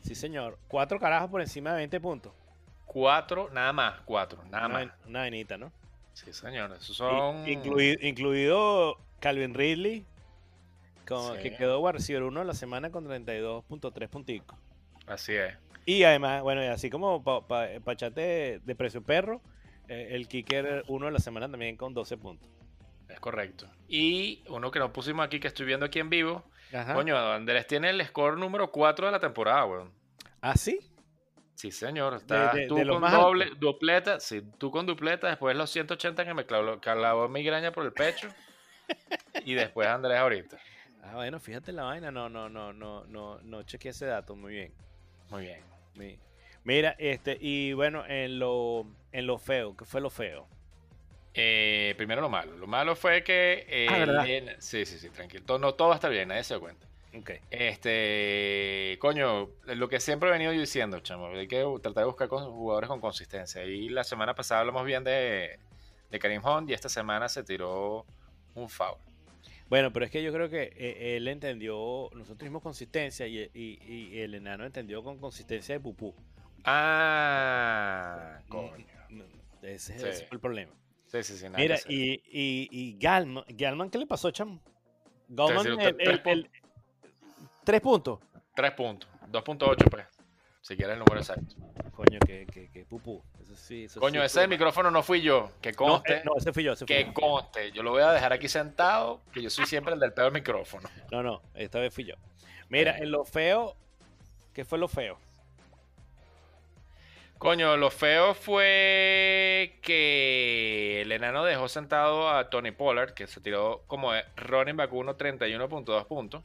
Sí, señor. Cuatro carajos por encima de 20 puntos. Cuatro, nada más, cuatro, nada Una, más. ven- una venita, ¿no? Sí, señor, esos Y- son... inclui- incluido Calvin Ridley, con- Sí. que quedó wide receiver 1 la semana con 32.3 punticos. Así es. Y además, bueno, y así como pa, pa- pa' chat de, de precio perro, eh, el kicker 1 de la semana también con 12 puntos. Es correcto. Y uno que nos pusimos aquí, que estoy viendo aquí en vivo. Ajá. Coño, Andrés tiene el score número 4 de la temporada, weón. ¿Ah, sí? Sí, señor. Está de- tú de lo con más doble, dupleta. Sí, tú con dupleta. Después los 180 que me clavó, clavó migraña por el pecho. y después Andrés ahorita. Ah, bueno, fíjate la vaina. No, no, no, no, no, no chequeé ese dato. Muy bien. Muy bien. Mi- Mira, este, y bueno, en lo, en lo feo, ¿qué fue lo feo? Eh, primero lo malo. Lo malo fue que. eh, Ah, ¿verdad? Elena- Sí, sí, sí, tranquilo. Todo, no, todo está bien, nadie se da cuenta. Ok. Este, coño, lo que siempre he venido yo diciendo, chamo, hay que tratar de buscar con- jugadores con consistencia. Y la semana pasada hablamos bien de, de Karim Hunt y esta semana se tiró un foul. Bueno, pero es que yo creo que eh, él entendió, nosotros dimos consistencia y, y- y el enano entendió con consistencia de pupú. Ah, coño. No, no, Ese, es- Sí. ese fue el problema. Sí, sí, sí. nada Mira, que hacer. y, y, y Galman, Galman, ¿qué le pasó, chamo? Galman, hicieron el- tres- el- tres el- tres puntos. Tres puntos, 2.8, pues. Si quieres el número exacto. Coño, que, que, que pupú. Eso sí, eso Coño, sí ese estuvo mal. micrófono no fui yo. Que No, conste, eh, no, ese fui yo, ese fui que yo. conste. Yo lo voy a dejar aquí sentado, que yo soy siempre el del peor micrófono. No, no, esta vez fui yo. Mira, en lo feo, ¿qué fue lo feo? Coño, lo feo fue que el enano dejó sentado a Tony Pollard, que se tiró como de running back 1, 31.2 puntos.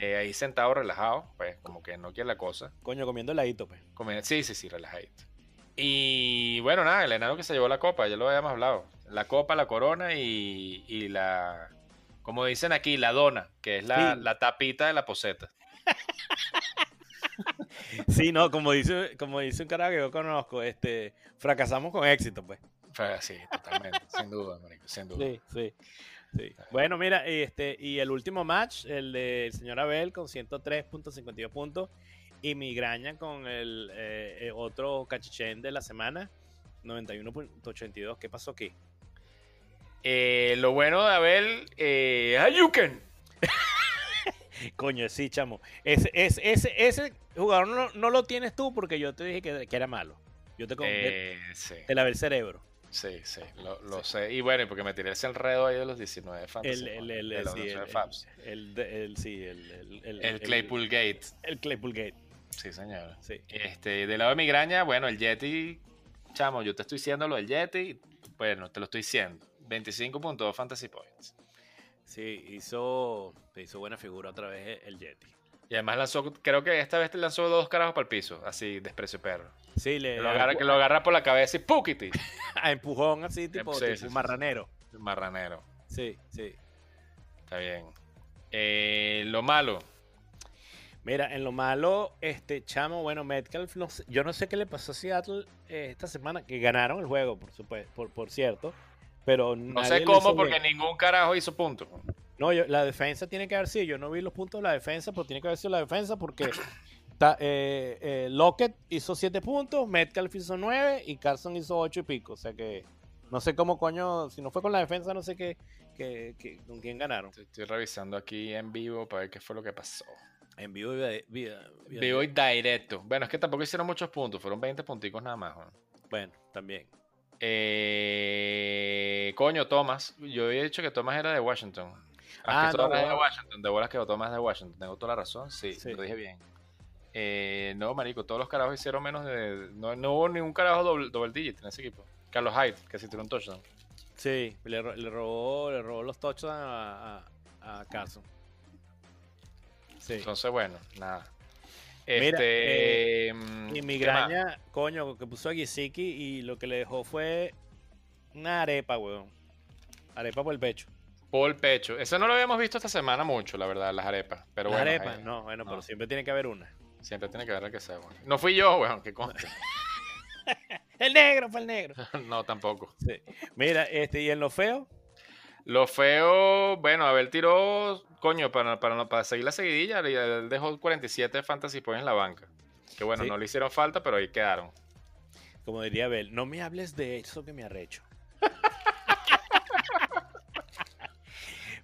Eh, ahí sentado, relajado, pues como que no quiere la cosa. Coño, comiendo heladito, pues. Comiendo- Sí, sí, sí, relajadito. Y bueno, nada, el enano que se llevó la copa, ya lo habíamos hablado. La copa, la corona y, y la, como dicen aquí, la dona, que es la, Sí. la tapita de la poseta. Sí, no, como dice, como dice un carajo que yo conozco, este, fracasamos con éxito, pues. Fue sí, totalmente, sin duda, marico, sin duda. Sí, sí. sí. Bueno, mira, este, y el último match, el del señor Abel con 103.52 puntos y Migraña con el eh, eh, otro cachichén de la semana, 91.82. ¿Qué pasó aquí? Eh, lo bueno de Abel, eh, Ayuken. Coño, sí, chamo. Ese, ese, ese, ese jugador no, no lo tienes tú porque yo te dije que, que era malo. Yo te, con- Eh, sí, te lavé el cerebro. sí, sí, lo, lo sé. Y bueno, y porque me tiré ese enredo ahí de los 19 fantasy, El, el, ¿no? el, de los sí, 19 el- Fabs. el- el- sí, el, el- el- El Claypool Gate. El, Claypool Gate, Sí, señor. sí. Este, del lado de migraña, bueno, el Yeti, chamo, yo te estoy diciendo lo del Yeti. Bueno, te lo estoy diciendo. 25.2 Fantasy Points. Sí, hizo, hizo buena figura otra vez el Yeti. Y además lanzó, creo que esta vez te lanzó dos carajos para el piso, así, desprecio perro. Sí, le Que lo agarra, que lo agarra por la cabeza y ¡pukiti! a empujón así, tipo, Sí, sí, tipo sí, sí. marranero. Marranero. Sí, sí. Está bien. Eh, lo malo, Mira, en lo malo, este chamo, bueno, Metcalf, no sé- yo no sé qué le pasó a Seattle eh, esta semana, que ganaron el juego, por supuesto, por, por cierto. Pero No sé cómo, porque ningún carajo hizo punto. No, yo- la defensa tiene que haber sido. Yo no vi los puntos de la defensa, pero tiene que haber sido la defensa porque ta- eh, eh, Lockett hizo 7 puntos, Metcalf hizo 9 y Carson hizo 8 y pico. O sea que no sé cómo coño, si no fue con la defensa, no sé qué, qué- qué- con quién ganaron. Estoy, estoy revisando aquí en vivo para ver qué fue lo que pasó. En vivo y vide- vida- vida- Vivo y directo. Bueno, es que tampoco hicieron muchos puntos, fueron 20 punticos nada más. ¿no? Bueno, también. Eh, coño, Thomas. Yo había dicho que Thomas era de Washington. Ah, Ah, que no, Thomas es de bueno. Washington. De bolas que Thomas es de Washington. Tengo toda la razón. Sí, Sí. lo dije bien. Eh, no, marico, todos los carajos hicieron menos de. No, no hubo ningún carajo doble, doble digit en ese equipo. Carlos Hyde, que sí tiró un touchdown. Sí, le, ro- le robó, le robó los touchdowns a, a- a Carson. Sí. Entonces, bueno, nada. Este. Mira, mm, Y ¿qué más? migraña, coño, que puso a Gisiki y lo que le dejó fue una arepa, weón. Arepa por el pecho. Por el pecho. Eso no lo habíamos visto esta semana mucho, la verdad, las arepas. Pero Las bueno, arepas, eh, no, bueno, no. pero siempre tiene que haber una. Siempre tiene que haber la que sea, weón. No fui yo, weón, que conste. El negro, fue el negro. no, tampoco. Sí. Mira, este, y en lo feo, Lo feo, bueno, Abel tiró, coño, para, para, no- para seguir la seguidilla, le- él dejó 47 fantasy points en la banca. Que bueno, Sí. no le hicieron falta, pero ahí quedaron. como diría Abel, no me hables de eso que me arrecho.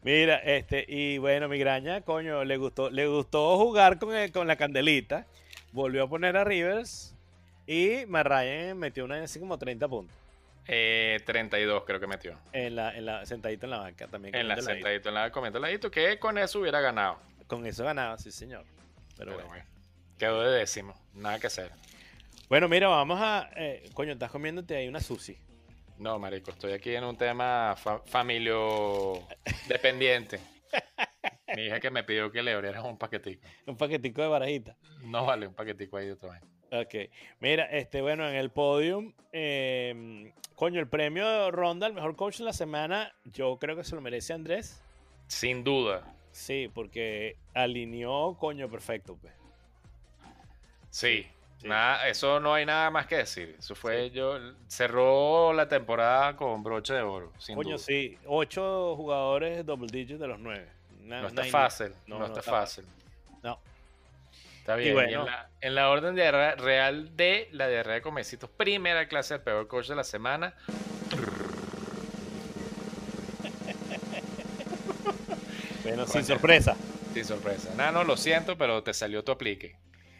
Mira, este, y bueno, migraña, coño, le gustó, le gustó jugar con, el- con la candelita. Volvió a poner a Rivers y Marrayen metió una así como 30 puntos. Eh, 32 creo que metió. En la, en la, sentadito en la banca también. En la comiendo heladito. sentadito, en la comiendo ladito, que con eso hubiera ganado. Con eso ganaba, sí, señor. Pero Pero bueno. bueno, quedó de décimo, nada que hacer. Bueno, mira, vamos a. eh, coño, estás comiéndote ahí una sushi. No, marico, estoy aquí en un tema fa- familio dependiente. Mi hija que me pidió que le abrieras un paquetico. Un paquetico de barajita. No vale, un paquetico ahí de otra vez. Ok. Mira, este, bueno, en el podium. eh, coño, el premio Ronda, el mejor coach de la semana. Yo creo que se lo merece Andrés. Sin duda, Sí, porque alineó, coño, perfecto. Pues. Sí, sí. nada, eso no hay nada más que decir. Eso fue yo cerró la temporada con broche de oro, sin Coño, duda. sí. Ocho jugadores double digit de los nueve. Una- una No está ini- fácil, no, No, no está está fácil. No. Está bien. y en, bueno. la, en la orden de ra- real de la diarrea de Comecitos, primera clase del peor coach de la semana. Bueno, sin Coño. sorpresa. Sin sorpresa. Nada, no, lo siento, pero te salió tu aplique.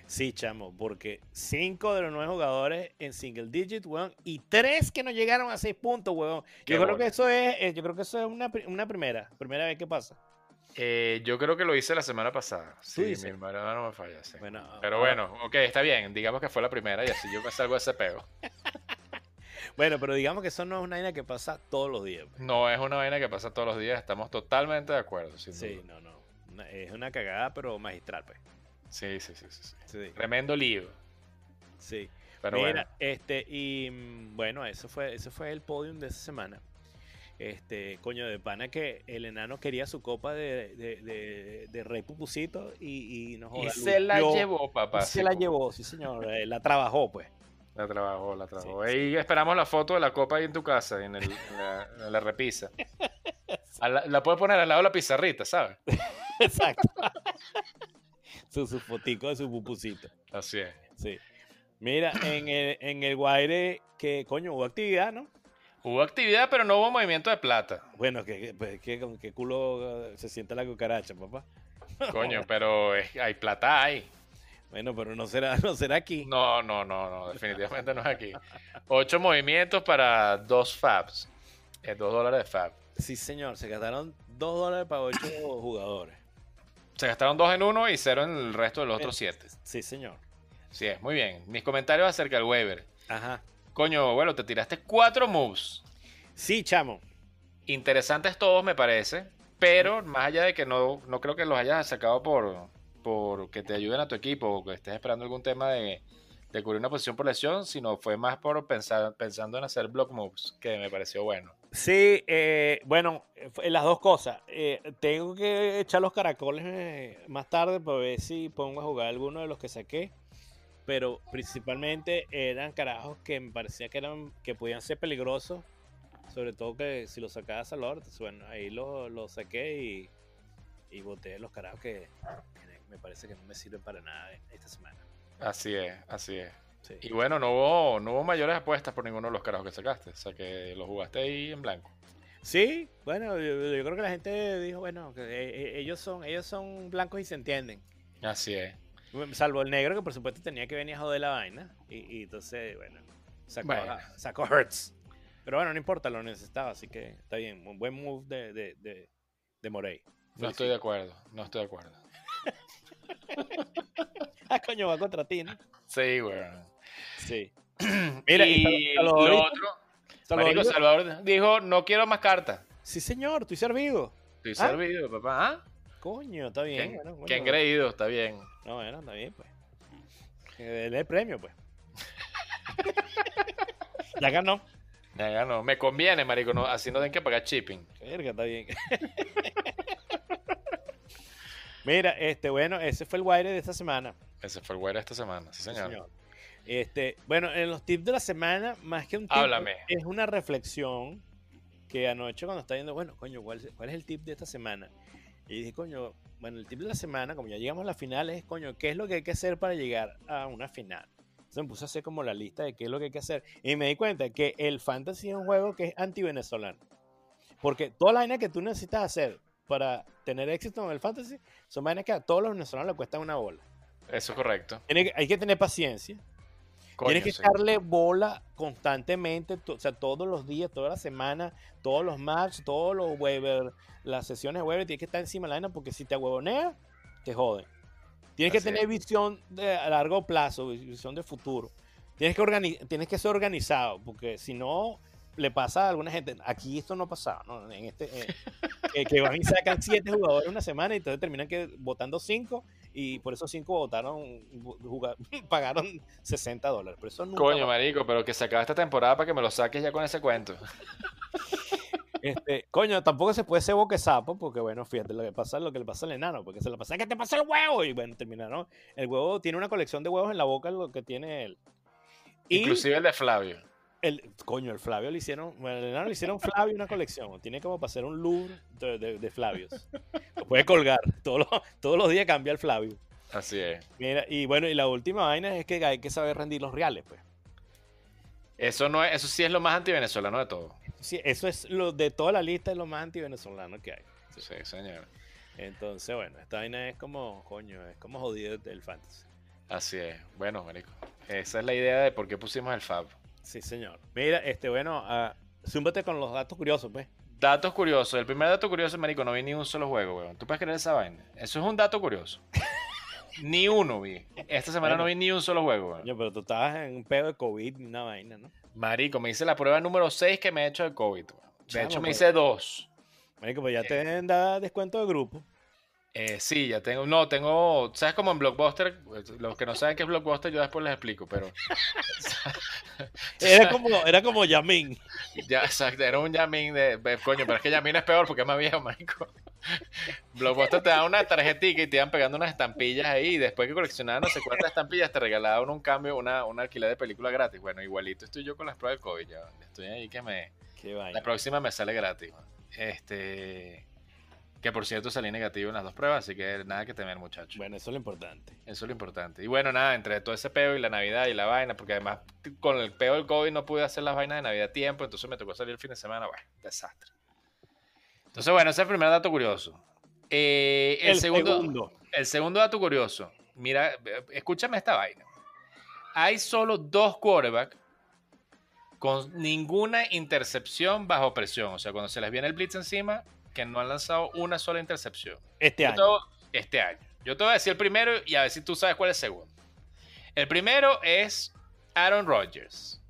Sí, chamo, porque cinco de los nueve jugadores en single digit, weón, y tres que no llegaron a seis puntos, weón. Qué Yo creo bola. que eso es, eh, yo creo que eso es una, pri- una primera, primera vez que pasa. Eh, yo creo que lo hice la semana pasada. Sí, mi dices? hermano no me falla. sí. Bueno, pero ahora- bueno, ok, está bien. Digamos que fue la primera y así yo me salgo de ese pego. Bueno, pero digamos que eso no es una idea que pasa todos los días. pues. No es una vaina que pasa todos los días, estamos totalmente de acuerdo. Sin pues. Sí, duda. no, no. Una- es una cagada, pero magistral, pues. sí, sí, sí, sí, sí. Sí, Tremendo lío. sí. Pero Mira, bueno, este, y mm, bueno, eso fue, eso fue el podium de esa semana. Este, coño, de pana que el enano quería su copa de, de, de- de Rey Pupucito y, y no y joda, se la lució. llevó, papá. se sí, la como- llevó, sí, señor. eh, la trabajó, pues. La trabajó, la trabajó. sí. Ahí esperamos la foto de la copa ahí en tu casa, en, el- en la, en la repisa. A la, la puedes poner al lado de la pizarrita, ¿sabes? Exacto. su, su fotico de su pupucito. Así es. Sí. Mira, en el, en el Guaire, que coño, hubo actividad, ¿no? Hubo actividad, pero no hubo movimiento de plata. Bueno, que, que- pues, que con qué culo eh, se sienta la cucaracha, papá. Coño, pero es- hay plata ahí. Bueno, pero no será, no será aquí. No, no, no, no, definitivamente no es aquí. Ocho movimientos para dos fabs. Eh, dos dólares de fab. Sí, señor, se gastaron dos dólares para ocho jugadores. Se gastaron dos en uno y cero en el resto de los otros Eh. siete. Sí, señor. Sí, es muy bien. Mis comentarios acerca del waiver. Ajá. Coño, bueno, te tiraste cuatro moves. Sí, chamo. Interesantes todos, me parece. Pero más allá de que no, no creo que los hayas sacado por, por que te ayuden a tu equipo o que estés esperando algún tema de de cubrir una posición por lesión, sino fue más por pensar, pensando en hacer block moves, que me pareció bueno. Sí, eh, bueno, eh, las dos cosas. Eh, tengo que echar los caracoles eh, más tarde para ver si pongo a jugar alguno de los que saqué. Pero principalmente eran carajos que me parecía que eran que podían ser peligrosos. Sobre todo que si los sacaba Salvador, entonces, bueno, ahí los lo saqué y, y boté los carajos que, que me parece que no me sirven para nada esta semana. Así es, así es. Sí. Y bueno, no hubo, no hubo mayores apuestas por ninguno de los carajos que sacaste, o sea que los jugaste ahí en blanco. Sí, bueno, yo, yo creo que la gente dijo, bueno, que eh, eh, ellos son, ellos son blancos y se entienden. Así es. Salvo el negro, que por supuesto tenía que venir a joder la vaina. Y, y entonces, bueno, sacó, Bueno. a- sacó a Hurts. Pero bueno, no importa, lo necesitaba, así que está bien. Un buen move de, de, de, de Morey. No estoy de acuerdo, no estoy de acuerdo. Ah, coño, va contra ti, ¿no? Sí, weón. Sí. Mira, Mira, y y, Sal- lo Salvador- otro, Salvador- Marico, Salvador dijo, no quiero más cartas. Sí, señor, estoy servido. Estoy ¿Ah? servido, papá. ¿Ah? Coño, está bien. ¿Quién, bueno, coño. quién creído? Está bien. No, bueno, está bien, pues. Que Dele el premio, pues. ya ganó. Ya ganó. Me conviene, marico. no- así no tienen que pagar shipping. Verga, está bien. Mira, este, bueno, ese fue el wire de esta semana. Ese fue el güero esta semana, sí, sí, señor. señor. Este, bueno, en los tips de la semana, más que un tip, Háblame. es una reflexión que anoche cuando estaba viendo, bueno, coño, ¿cuál, cuál es el tip de esta semana? Y dije, coño, bueno, el tip de la semana, como ya llegamos a la final, es, coño, ¿qué es lo que hay que hacer para llegar a una final? Entonces me puse a hacer como la lista de qué es lo que hay que hacer. Y me di cuenta que el fantasy es un juego que es anti-venezolano. Porque toda la vaina que tú necesitas hacer para tener éxito en el fantasy son vainas que a todos los venezolanos le cuestan una bola. Eso es correcto. Tiene que- hay que tener paciencia. Coño, Tienes que sí. echarle bola constantemente, to- o sea, todos los días, toda la semana, todos los matches, todos los waiver, las sesiones de waiver, tienes que estar encima de la vaina porque si te huevoneas, te joden. Tienes que Así tener visión de, a largo plazo, vis- visión de futuro. Tienes que, organi- tienes que ser organizado, porque si no, le pasa a alguna gente. Aquí esto no pasaba, ¿no? En este, eh, que, que van y sacan siete jugadores una semana y entonces terminan que votando cinco y por esos cinco votaron, bu- juga- pagaron 60 dólares. Pero eso nunca Coño, va- marico, pero que se acaba esta temporada para que me lo saques ya con ese cuento. Este, coño, tampoco se puede ser boque sapo, porque bueno, fíjate lo que pasa, lo que le pasa al enano, porque se le pasa que te pasa el huevo. Y bueno, terminaron. El huevo tiene una colección de huevos en la boca, lo que tiene él. Y Inclusive el de Flavio. el coño, el Flavio le hicieron, bueno, el enano le hicieron Flavio una colección. Tiene como para hacer un Louvre de, de- de Flavios. Lo puede colgar. Todos los, todos los días cambia el Flavio. Así es. Mira, y bueno, y la última vaina es que hay que saber rendir los reales, pues. Eso, no es, eso sí es lo más antivenezolano de todo. Sí, eso es lo de toda la lista, es lo más anti-venezolano que hay. Sí, señor. Entonces, bueno, esta vaina es como, coño, es como jodido el fantasy. Así es. Bueno, marico. Esa es la idea de por qué pusimos el Fab. Sí, señor. Mira, este, bueno, ah, zúmbate con los datos curiosos, pues. Datos curiosos. El primer dato curioso, marico, no vi ni un solo juego, weón. ¿Tú puedes creer esa vaina? Eso es un dato curioso. ni uno vi. Esta semana no vi ni un solo juego, weón. Coño, pero tú estabas en un pedo de COVID ni una vaina, ¿no? Marico, me hice la prueba número 6 que me he hecho de COVID, weón. De Chamo, hecho, me pero- hice dos. Marico, pues ya te deben dar descuento de grupo. Eh, sí, ya tengo. No, tengo. ¿Sabes como en Blockbuster? Los que no saben qué es Blockbuster, yo después les explico, pero. Era como, era como Yamin. Ya, exacto, era un Yamin de, de- Coño, pero es que Yamin es peor porque es más viejo, marico. Blockbuster te da una tarjetita y te iban pegando unas estampillas ahí. Y después que coleccionaban no sé cuántas estampillas, te regalaban un cambio, una, un alquiler de película gratis. Bueno, igualito estoy yo con las pruebas del COVID. ya. Estoy ahí que me. Qué vaina. La próxima me sale gratis. Este. Que por cierto salí negativo en las dos pruebas, así que nada que temer, muchachos. Bueno, eso es lo importante. Eso es lo importante. Y bueno, nada, entre todo ese peo y la Navidad y la vaina, porque además t- con el peo del COVID no pude hacer las vainas de Navidad a tiempo, entonces me tocó salir el fin de semana, bueno, desastre. Entonces, bueno, ese es el primer dato curioso. Eh, el, segundo, El segundo dato curioso, mira, eh, escúchame esta vaina. Hay solo dos quarterbacks con ninguna intercepción bajo presión, o sea, cuando se les viene el blitz encima, que no han lanzado una sola intercepción. Este Yo año. te voy- este año. Yo te voy a decir el primero y a ver si tú sabes cuál es el segundo. El primero es Aaron Rodgers.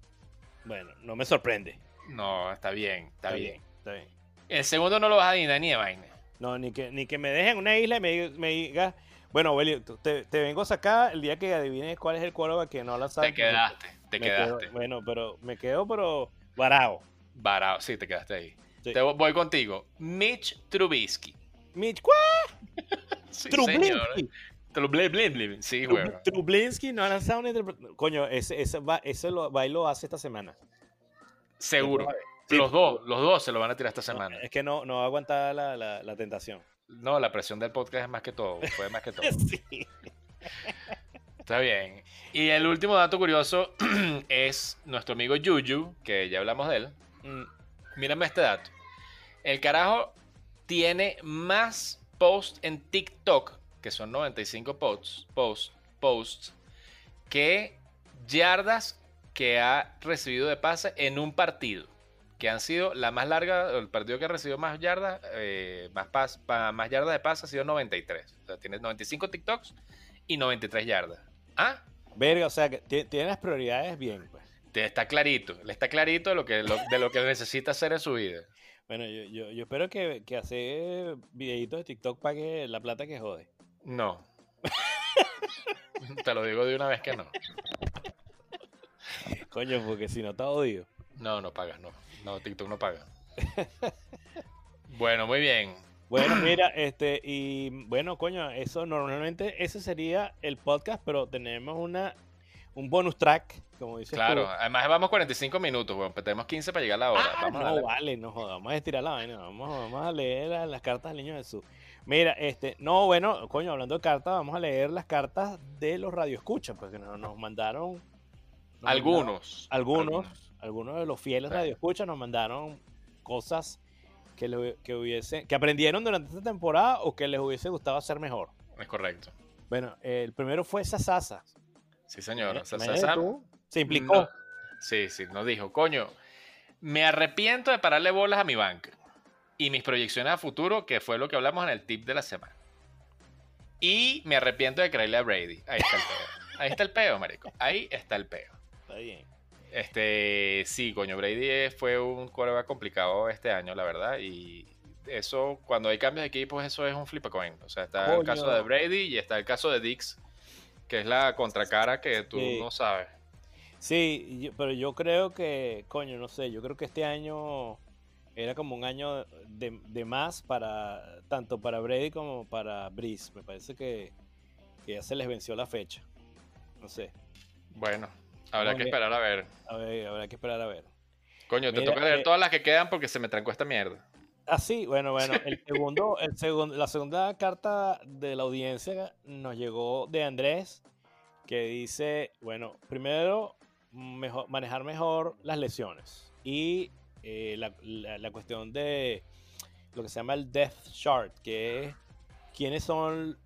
Bueno, no me sorprende. No, está bien, está, bien. Está bien. El segundo no lo vas a adivinar ni de vaina. No, ni que, ni que me dejen en una isla y me, me diga, Bueno, Aurelio, tú- te, te vengo a sacar el día que adivines cuál es el quarterback que no la sabe. Te quedaste, te Me quedo- quedaste. bueno, pero me quedo, pero varado. Varado, sí, te quedaste ahí. Sí. Te vo- voy contigo. Mitch Trubisky. Mitch, ¿cuál? Sí, señor. Trublinski. Trubli- bli- bli- Sí, Trub- huevón. Trublinski no ha lanzado una interpre- Coño, ese, ese, va, ese lo, va y lo hace esta semana. Seguro. Sí. Los dos, los dos se lo van a tirar esta No, semana. es que no, no va a aguantar la, la, la tentación. No, la presión del podcast es más que todo. Fue más que todo. Sí. Está bien. Y el último dato curioso es nuestro amigo Yuyu, que ya hablamos de él. Mm, Mírame este dato. El carajo tiene más posts en TikTok, que son 95 posts, posts, posts, que yardas que ha recibido de pase en un partido. Que han sido la más larga, el partido que ha recibido más yardas, eh, más, pas- pa- más yardas de pase ha sido 93. O sea, tiene 95 TikToks y 93 yardas. Ah, Verga, o sea, que ti- tiene las prioridades bien, pues. te está clarito, le está clarito de lo que, lo- de lo que necesita hacer en su vida. Bueno, yo, yo, yo espero que, que hacer videitos de TikTok pague la plata que jode. No. Te lo digo de una vez que no. Coño, porque si no está odio. No, no pagas, no. No, TikTok no paga. Bueno, muy bien. Bueno, mira, este, y bueno, coño, eso normalmente, ese sería el podcast, pero tenemos una, un bonus track, como dices Claro, tú. además vamos 45 minutos, weón. pero Tenemos 15 para llegar a la hora. Ah, Vamos a no, darle- vale, no jodas, vamos a estirar la vaina, vamos, vamos a leer a las cartas del niño Jesús. Mira, este, no, bueno, coño, hablando de cartas, vamos a leer las cartas de los radioescuchas, porque nos, nos mandaron... nos mandaron- Algunos. algunos, algunos de los fieles Claro. radioescuchas nos mandaron cosas que, le- que hubiese, que aprendieron durante esta temporada o que les hubiese gustado hacer mejor. Es correcto. Bueno, eh, el primero fue Sasasa. Sí, señor. Imagínate- Sa- sa- imagínate sa- tú, Se implicó. No. Sí, sí, nos dijo, coño, me arrepiento de pararle bolas a mi banca y mis proyecciones a futuro, que fue lo que hablamos en el tip de la semana. Y me arrepiento de creerle a Brady. Ahí está el peo. Ahí está el peo, marico. Ahí está el peo. Está bien. Este, sí, coño, Brady fue un quarterback complicado este año, la verdad. Y eso, cuando hay cambios de equipos, eso es un flip a coin. O sea, está el Coño. caso de Brady y está el caso de Dix, que es la contracara que tú Sí. no sabes. Sí, y yo- pero yo creo que, coño, no sé, yo creo que este año era como un año de, de más para tanto para Brady como para Breeze. Me parece que, que ya se les venció la fecha. No sé. Bueno, habrá Muy que bien. esperar a ver. A ver, habrá que esperar a ver. Coño, te Mira, toca leer eh, todas las que quedan porque se me trancó esta mierda. Ah, sí, bueno, bueno. El segundo, el segundo, la segunda carta de la audiencia nos llegó de Andrés, que dice, bueno, primero, mejor, manejar mejor las lesiones y eh, la, la- la cuestión de lo que se llama el death chart, que es quiénes son,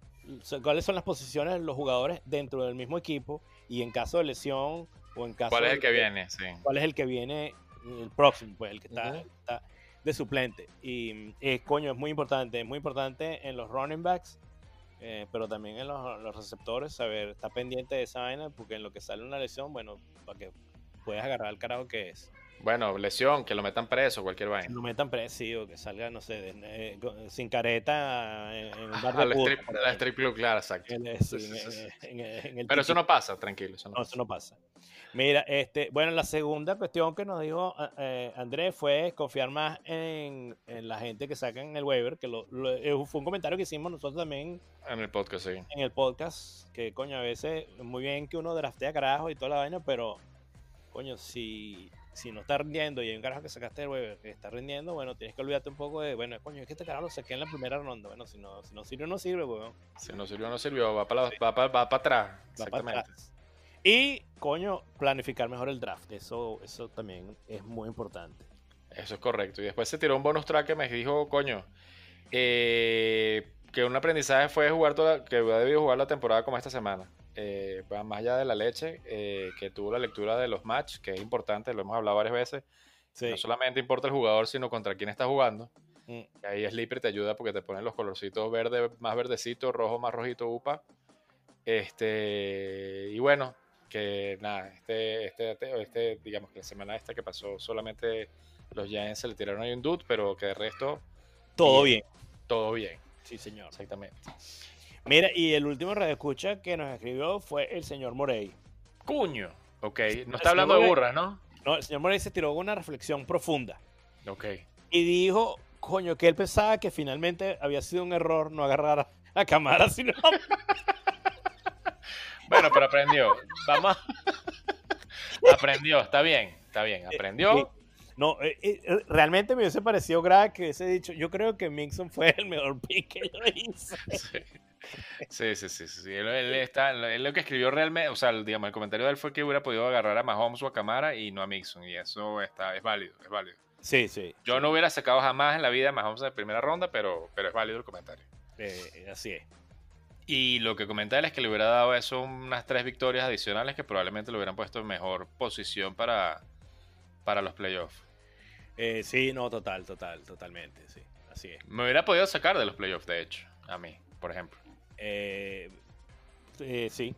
so- cuáles son las posiciones de los jugadores dentro del mismo equipo y en caso de lesión o en caso ¿Cuál es el de- que viene? Sí. cuál es el que viene el próximo, pues el que está, Ujú. el que está de suplente. Y eh, coño, es muy importante, es muy importante en los running backs, eh, pero también en los, los receptores, saber, está pendiente de esa vaina, porque en lo que sale una lesión, bueno, para que puedas agarrar el carajo que es. Bueno, lesión, que lo metan preso, cualquier Que vaina. No metan presión, que salga, no sé, de- eh, con- sin careta eh, en un bar de Al puta, strip, por al ejemplo. strip club, claro, exacto. En el- Sí, sí, sí, sí, eh, en- en- en el Pero eso tiquito. no pasa, tranquilo. Eso no No, pasa. eso no pasa. Mira, este, bueno, la segunda cuestión que nos dijo ah, eh, Andrés fue confiar más en, en la gente que saca en el waiver, que lo- lo- eh, fue un comentario que hicimos nosotros también En el podcast, sí. en el podcast, que coño, a veces muy bien que uno draftea carajo y toda la vaina, pero coño, si, si no está rindiendo y hay un carajo que sacaste del waiver que está rindiendo, bueno, tienes que olvidarte un poco de, bueno, coño, es que este carajo lo saqué en la primera ronda, bueno, si no, si no sirve, no sirve, weón. Si no sirvió, no sirvió. Va para, va para, va para atrás. va para Exactamente. atrás. Y, coño, planificar mejor el draft. Eso, eso también es muy importante. Eso es correcto. Y después se tiró un bonus track que me dijo, coño, eh, que un aprendizaje fue jugar toda, que hubiera debido jugar la temporada como esta semana. Eh, va más allá de la leche, eh, que tuvo la lectura de los match, que es importante, lo hemos hablado varias veces. Sí. No solamente importa el jugador, sino contra quién está jugando. Mm. Y ahí Sleeper te ayuda porque te ponen los colorcitos verde más verdecito, rojo más rojito, upa. Este, y bueno, que nada, este, este, este, este, digamos que la semana esta que pasó, solamente los Giants se le tiraron ahí un dude, pero que de resto Todo bien. todo bien, Sí, señor. exactamente. Mira, y el último radioescucha que nos escribió fue el señor Morey. Cuño. Ok, no Así está hablando de voy. burra, ¿no? No, el señor Morey se tiró una reflexión profunda Ok. y dijo, coño, que él pensaba que finalmente había sido un error no agarrar a, a Camara, sino Bueno, pero aprendió. Vamos. aprendió, está bien, está bien. Aprendió. No, eh, eh, realmente me hubiese parecido grave que hubiese dicho, yo creo que Mixon fue el mejor pick que yo hice. Sí, sí, sí, sí. sí. Él, él está, él lo que escribió realmente, o sea, el- digamos, el comentario de él fue que hubiera podido agarrar a Mahomes o a Camara y no a Mixon. Y eso está, es válido, es válido. Sí, sí, Yo no hubiera sacado jamás en la vida a Mahomes en primera ronda, pero, pero es válido el comentario. eh, así es. Y lo que comenta él es que le hubiera dado eso unas tres victorias adicionales que probablemente lo hubieran puesto en mejor posición para, para los playoffs. Eh, sí, no, total, total, totalmente, sí, así es. Me hubiera podido sacar de los playoffs, de hecho, a mí, por ejemplo. Eh, eh, sí,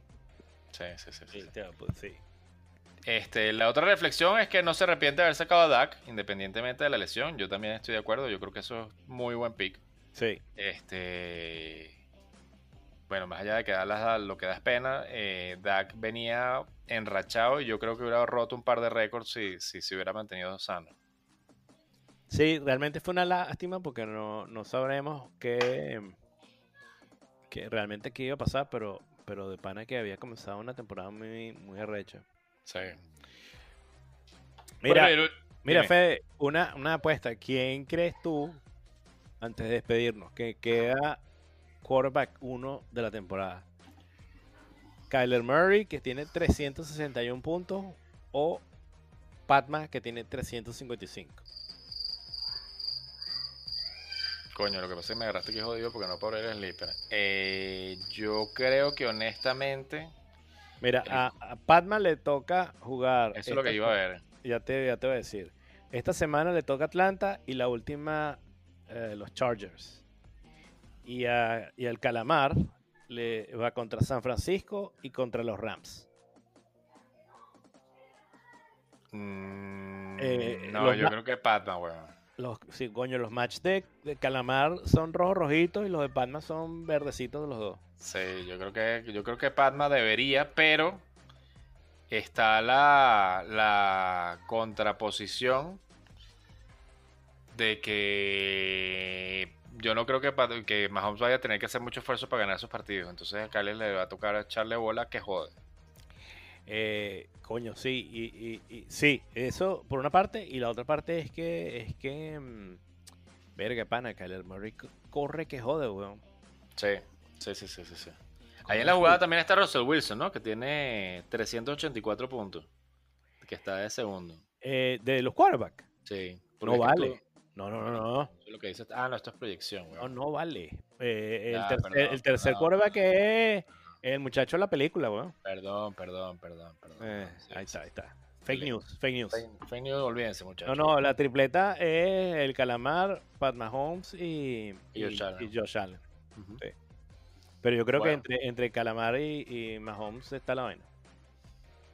Sí, sí, sí. sí, sí, sí. te- pues, sí. Este, la otra reflexión es que no se arrepiente de haber sacado a Dak, independientemente de la lesión. Yo también estoy de acuerdo, yo creo que eso es muy buen pick. Sí, Este. Bueno, más allá de que da las- lo que da es pena, eh, Dak venía enrachado y yo creo que hubiera roto un par de récords si, si se hubiera mantenido sano. Sí, realmente fue una lástima porque no, no sabremos qué, qué realmente qué iba a pasar, pero, pero de pana que había comenzado una temporada muy, muy arrecha. Sí. Mira, Bueno, y lo- Mira, Dime. Fede, una, una apuesta. ¿Quién crees tú, antes de despedirnos, que queda quarterback 1 de la temporada? ¿Kyler Murray, que tiene 361 puntos, o Patma, que tiene 355? Coño, lo que pasa es que me agarraste que jodido porque no puedo abrir el sleeper. Eh, yo creo que honestamente, Mira, a, a Patma le toca jugar. eso es Este lo que iba a ver. Ya te, ya te voy a decir. Esta semana le toca Atlanta y la última, eh, los Chargers. Y, a- y al Calamar le va contra San Francisco y contra los Rams. Mm, Eh, no, los yo ma- creo que Patman, weón. Los, sí, coño, los match de, de Calamar son rojos rojitos y los de Palma son verdecitos los dos. Sí, yo creo que, yo creo que Padma debería, pero está la, la contraposición de que yo no creo que, Pat- que Mahomes vaya a tener que hacer mucho esfuerzo para ganar sus partidos. Entonces a Cali le va a tocar echarle bola que jode. Eh, coño, sí, y, y- y- sí, eso por una parte, y la otra parte es que, es que, mm, verga, pana, Kyler Murray co- corre que jode, weón. Sí, sí, sí, sí, sí. sí. Ahí en la jugada también está Russell Wilson, ¿no? Que tiene 384 puntos. Que está de segundo. Eh, de los quarterbacks. Sí. porque No es que tú- vale. No, no, no, no. eso es lo que dice- Ah, no, esto es proyección, weón. No, no vale. Eh, el, Ah, tercer, perdón, el tercer perdón. quarterback es el muchacho de la película, weón. Perdón, perdón, perdón, perdón. Eh, Sí, ahí está, sí, ahí sí. está. Fake Le- news, fake news. Fake- fake news, olvídense, No, muchachos. no, la tripleta es el Calamar, Pat Mahomes y, Y Josh Allen. y Josh Allen. Ujú. Pero yo creo Bueno. que entre, entre Calamar y, y Mahomes está la vaina.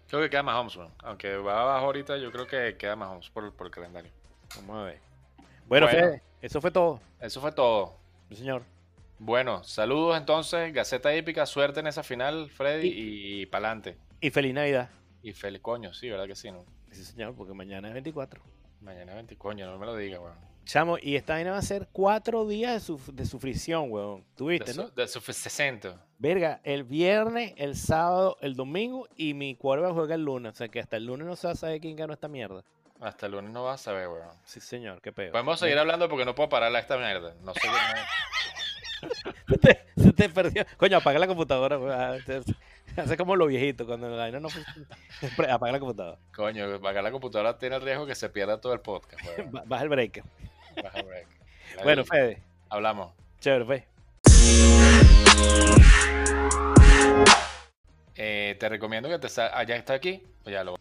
Creo que queda Mahomes, weón. Aunque va abajo ahorita, yo creo que queda Mahomes por, por el calendario. Vamos a ver. Bueno, Bueno. Fede, eso fue todo, Eso fue todo. sí, señor. Bueno, saludos entonces, Gaceta Hípica, suerte en esa final, Freddy, y, pa'lante. Y feliz Navidad. Y feliz coño, sí, ¿verdad que sí? No? Sí, señor, porque mañana es 24. Mañana 20, coño, no me lo digas, weón. Chamo, y esta vaina va a ser cuatro días de, suf- de sufrición, weón. De ¿Tuviste, no? su, de su 60. Verga, el viernes, el sábado, el domingo y mi cuerva juega el lunes. O sea que hasta el lunes no se va a saber quién ganó esta mierda. Hasta el lunes no vas a saber, weón. Sí, señor, qué pedo. Podemos seguir hablando porque no puedo pararla esta mierda. No sé. no- Se te, se te perdió. Coño, apaga la computadora. weón. Ah, te- Hace como los viejitos cuando la vaina no funciona. Pre- Apaga la computadora. Coño, acá la computadora tiene el riesgo que se pierda todo el podcast, weón. Ba- Baja el break. Baja break. Bueno, Ahí, Fede, hablamos. chévere, pues. Fede. Eh, te recomiendo que te sa- ah, ya está aquí. o ya lo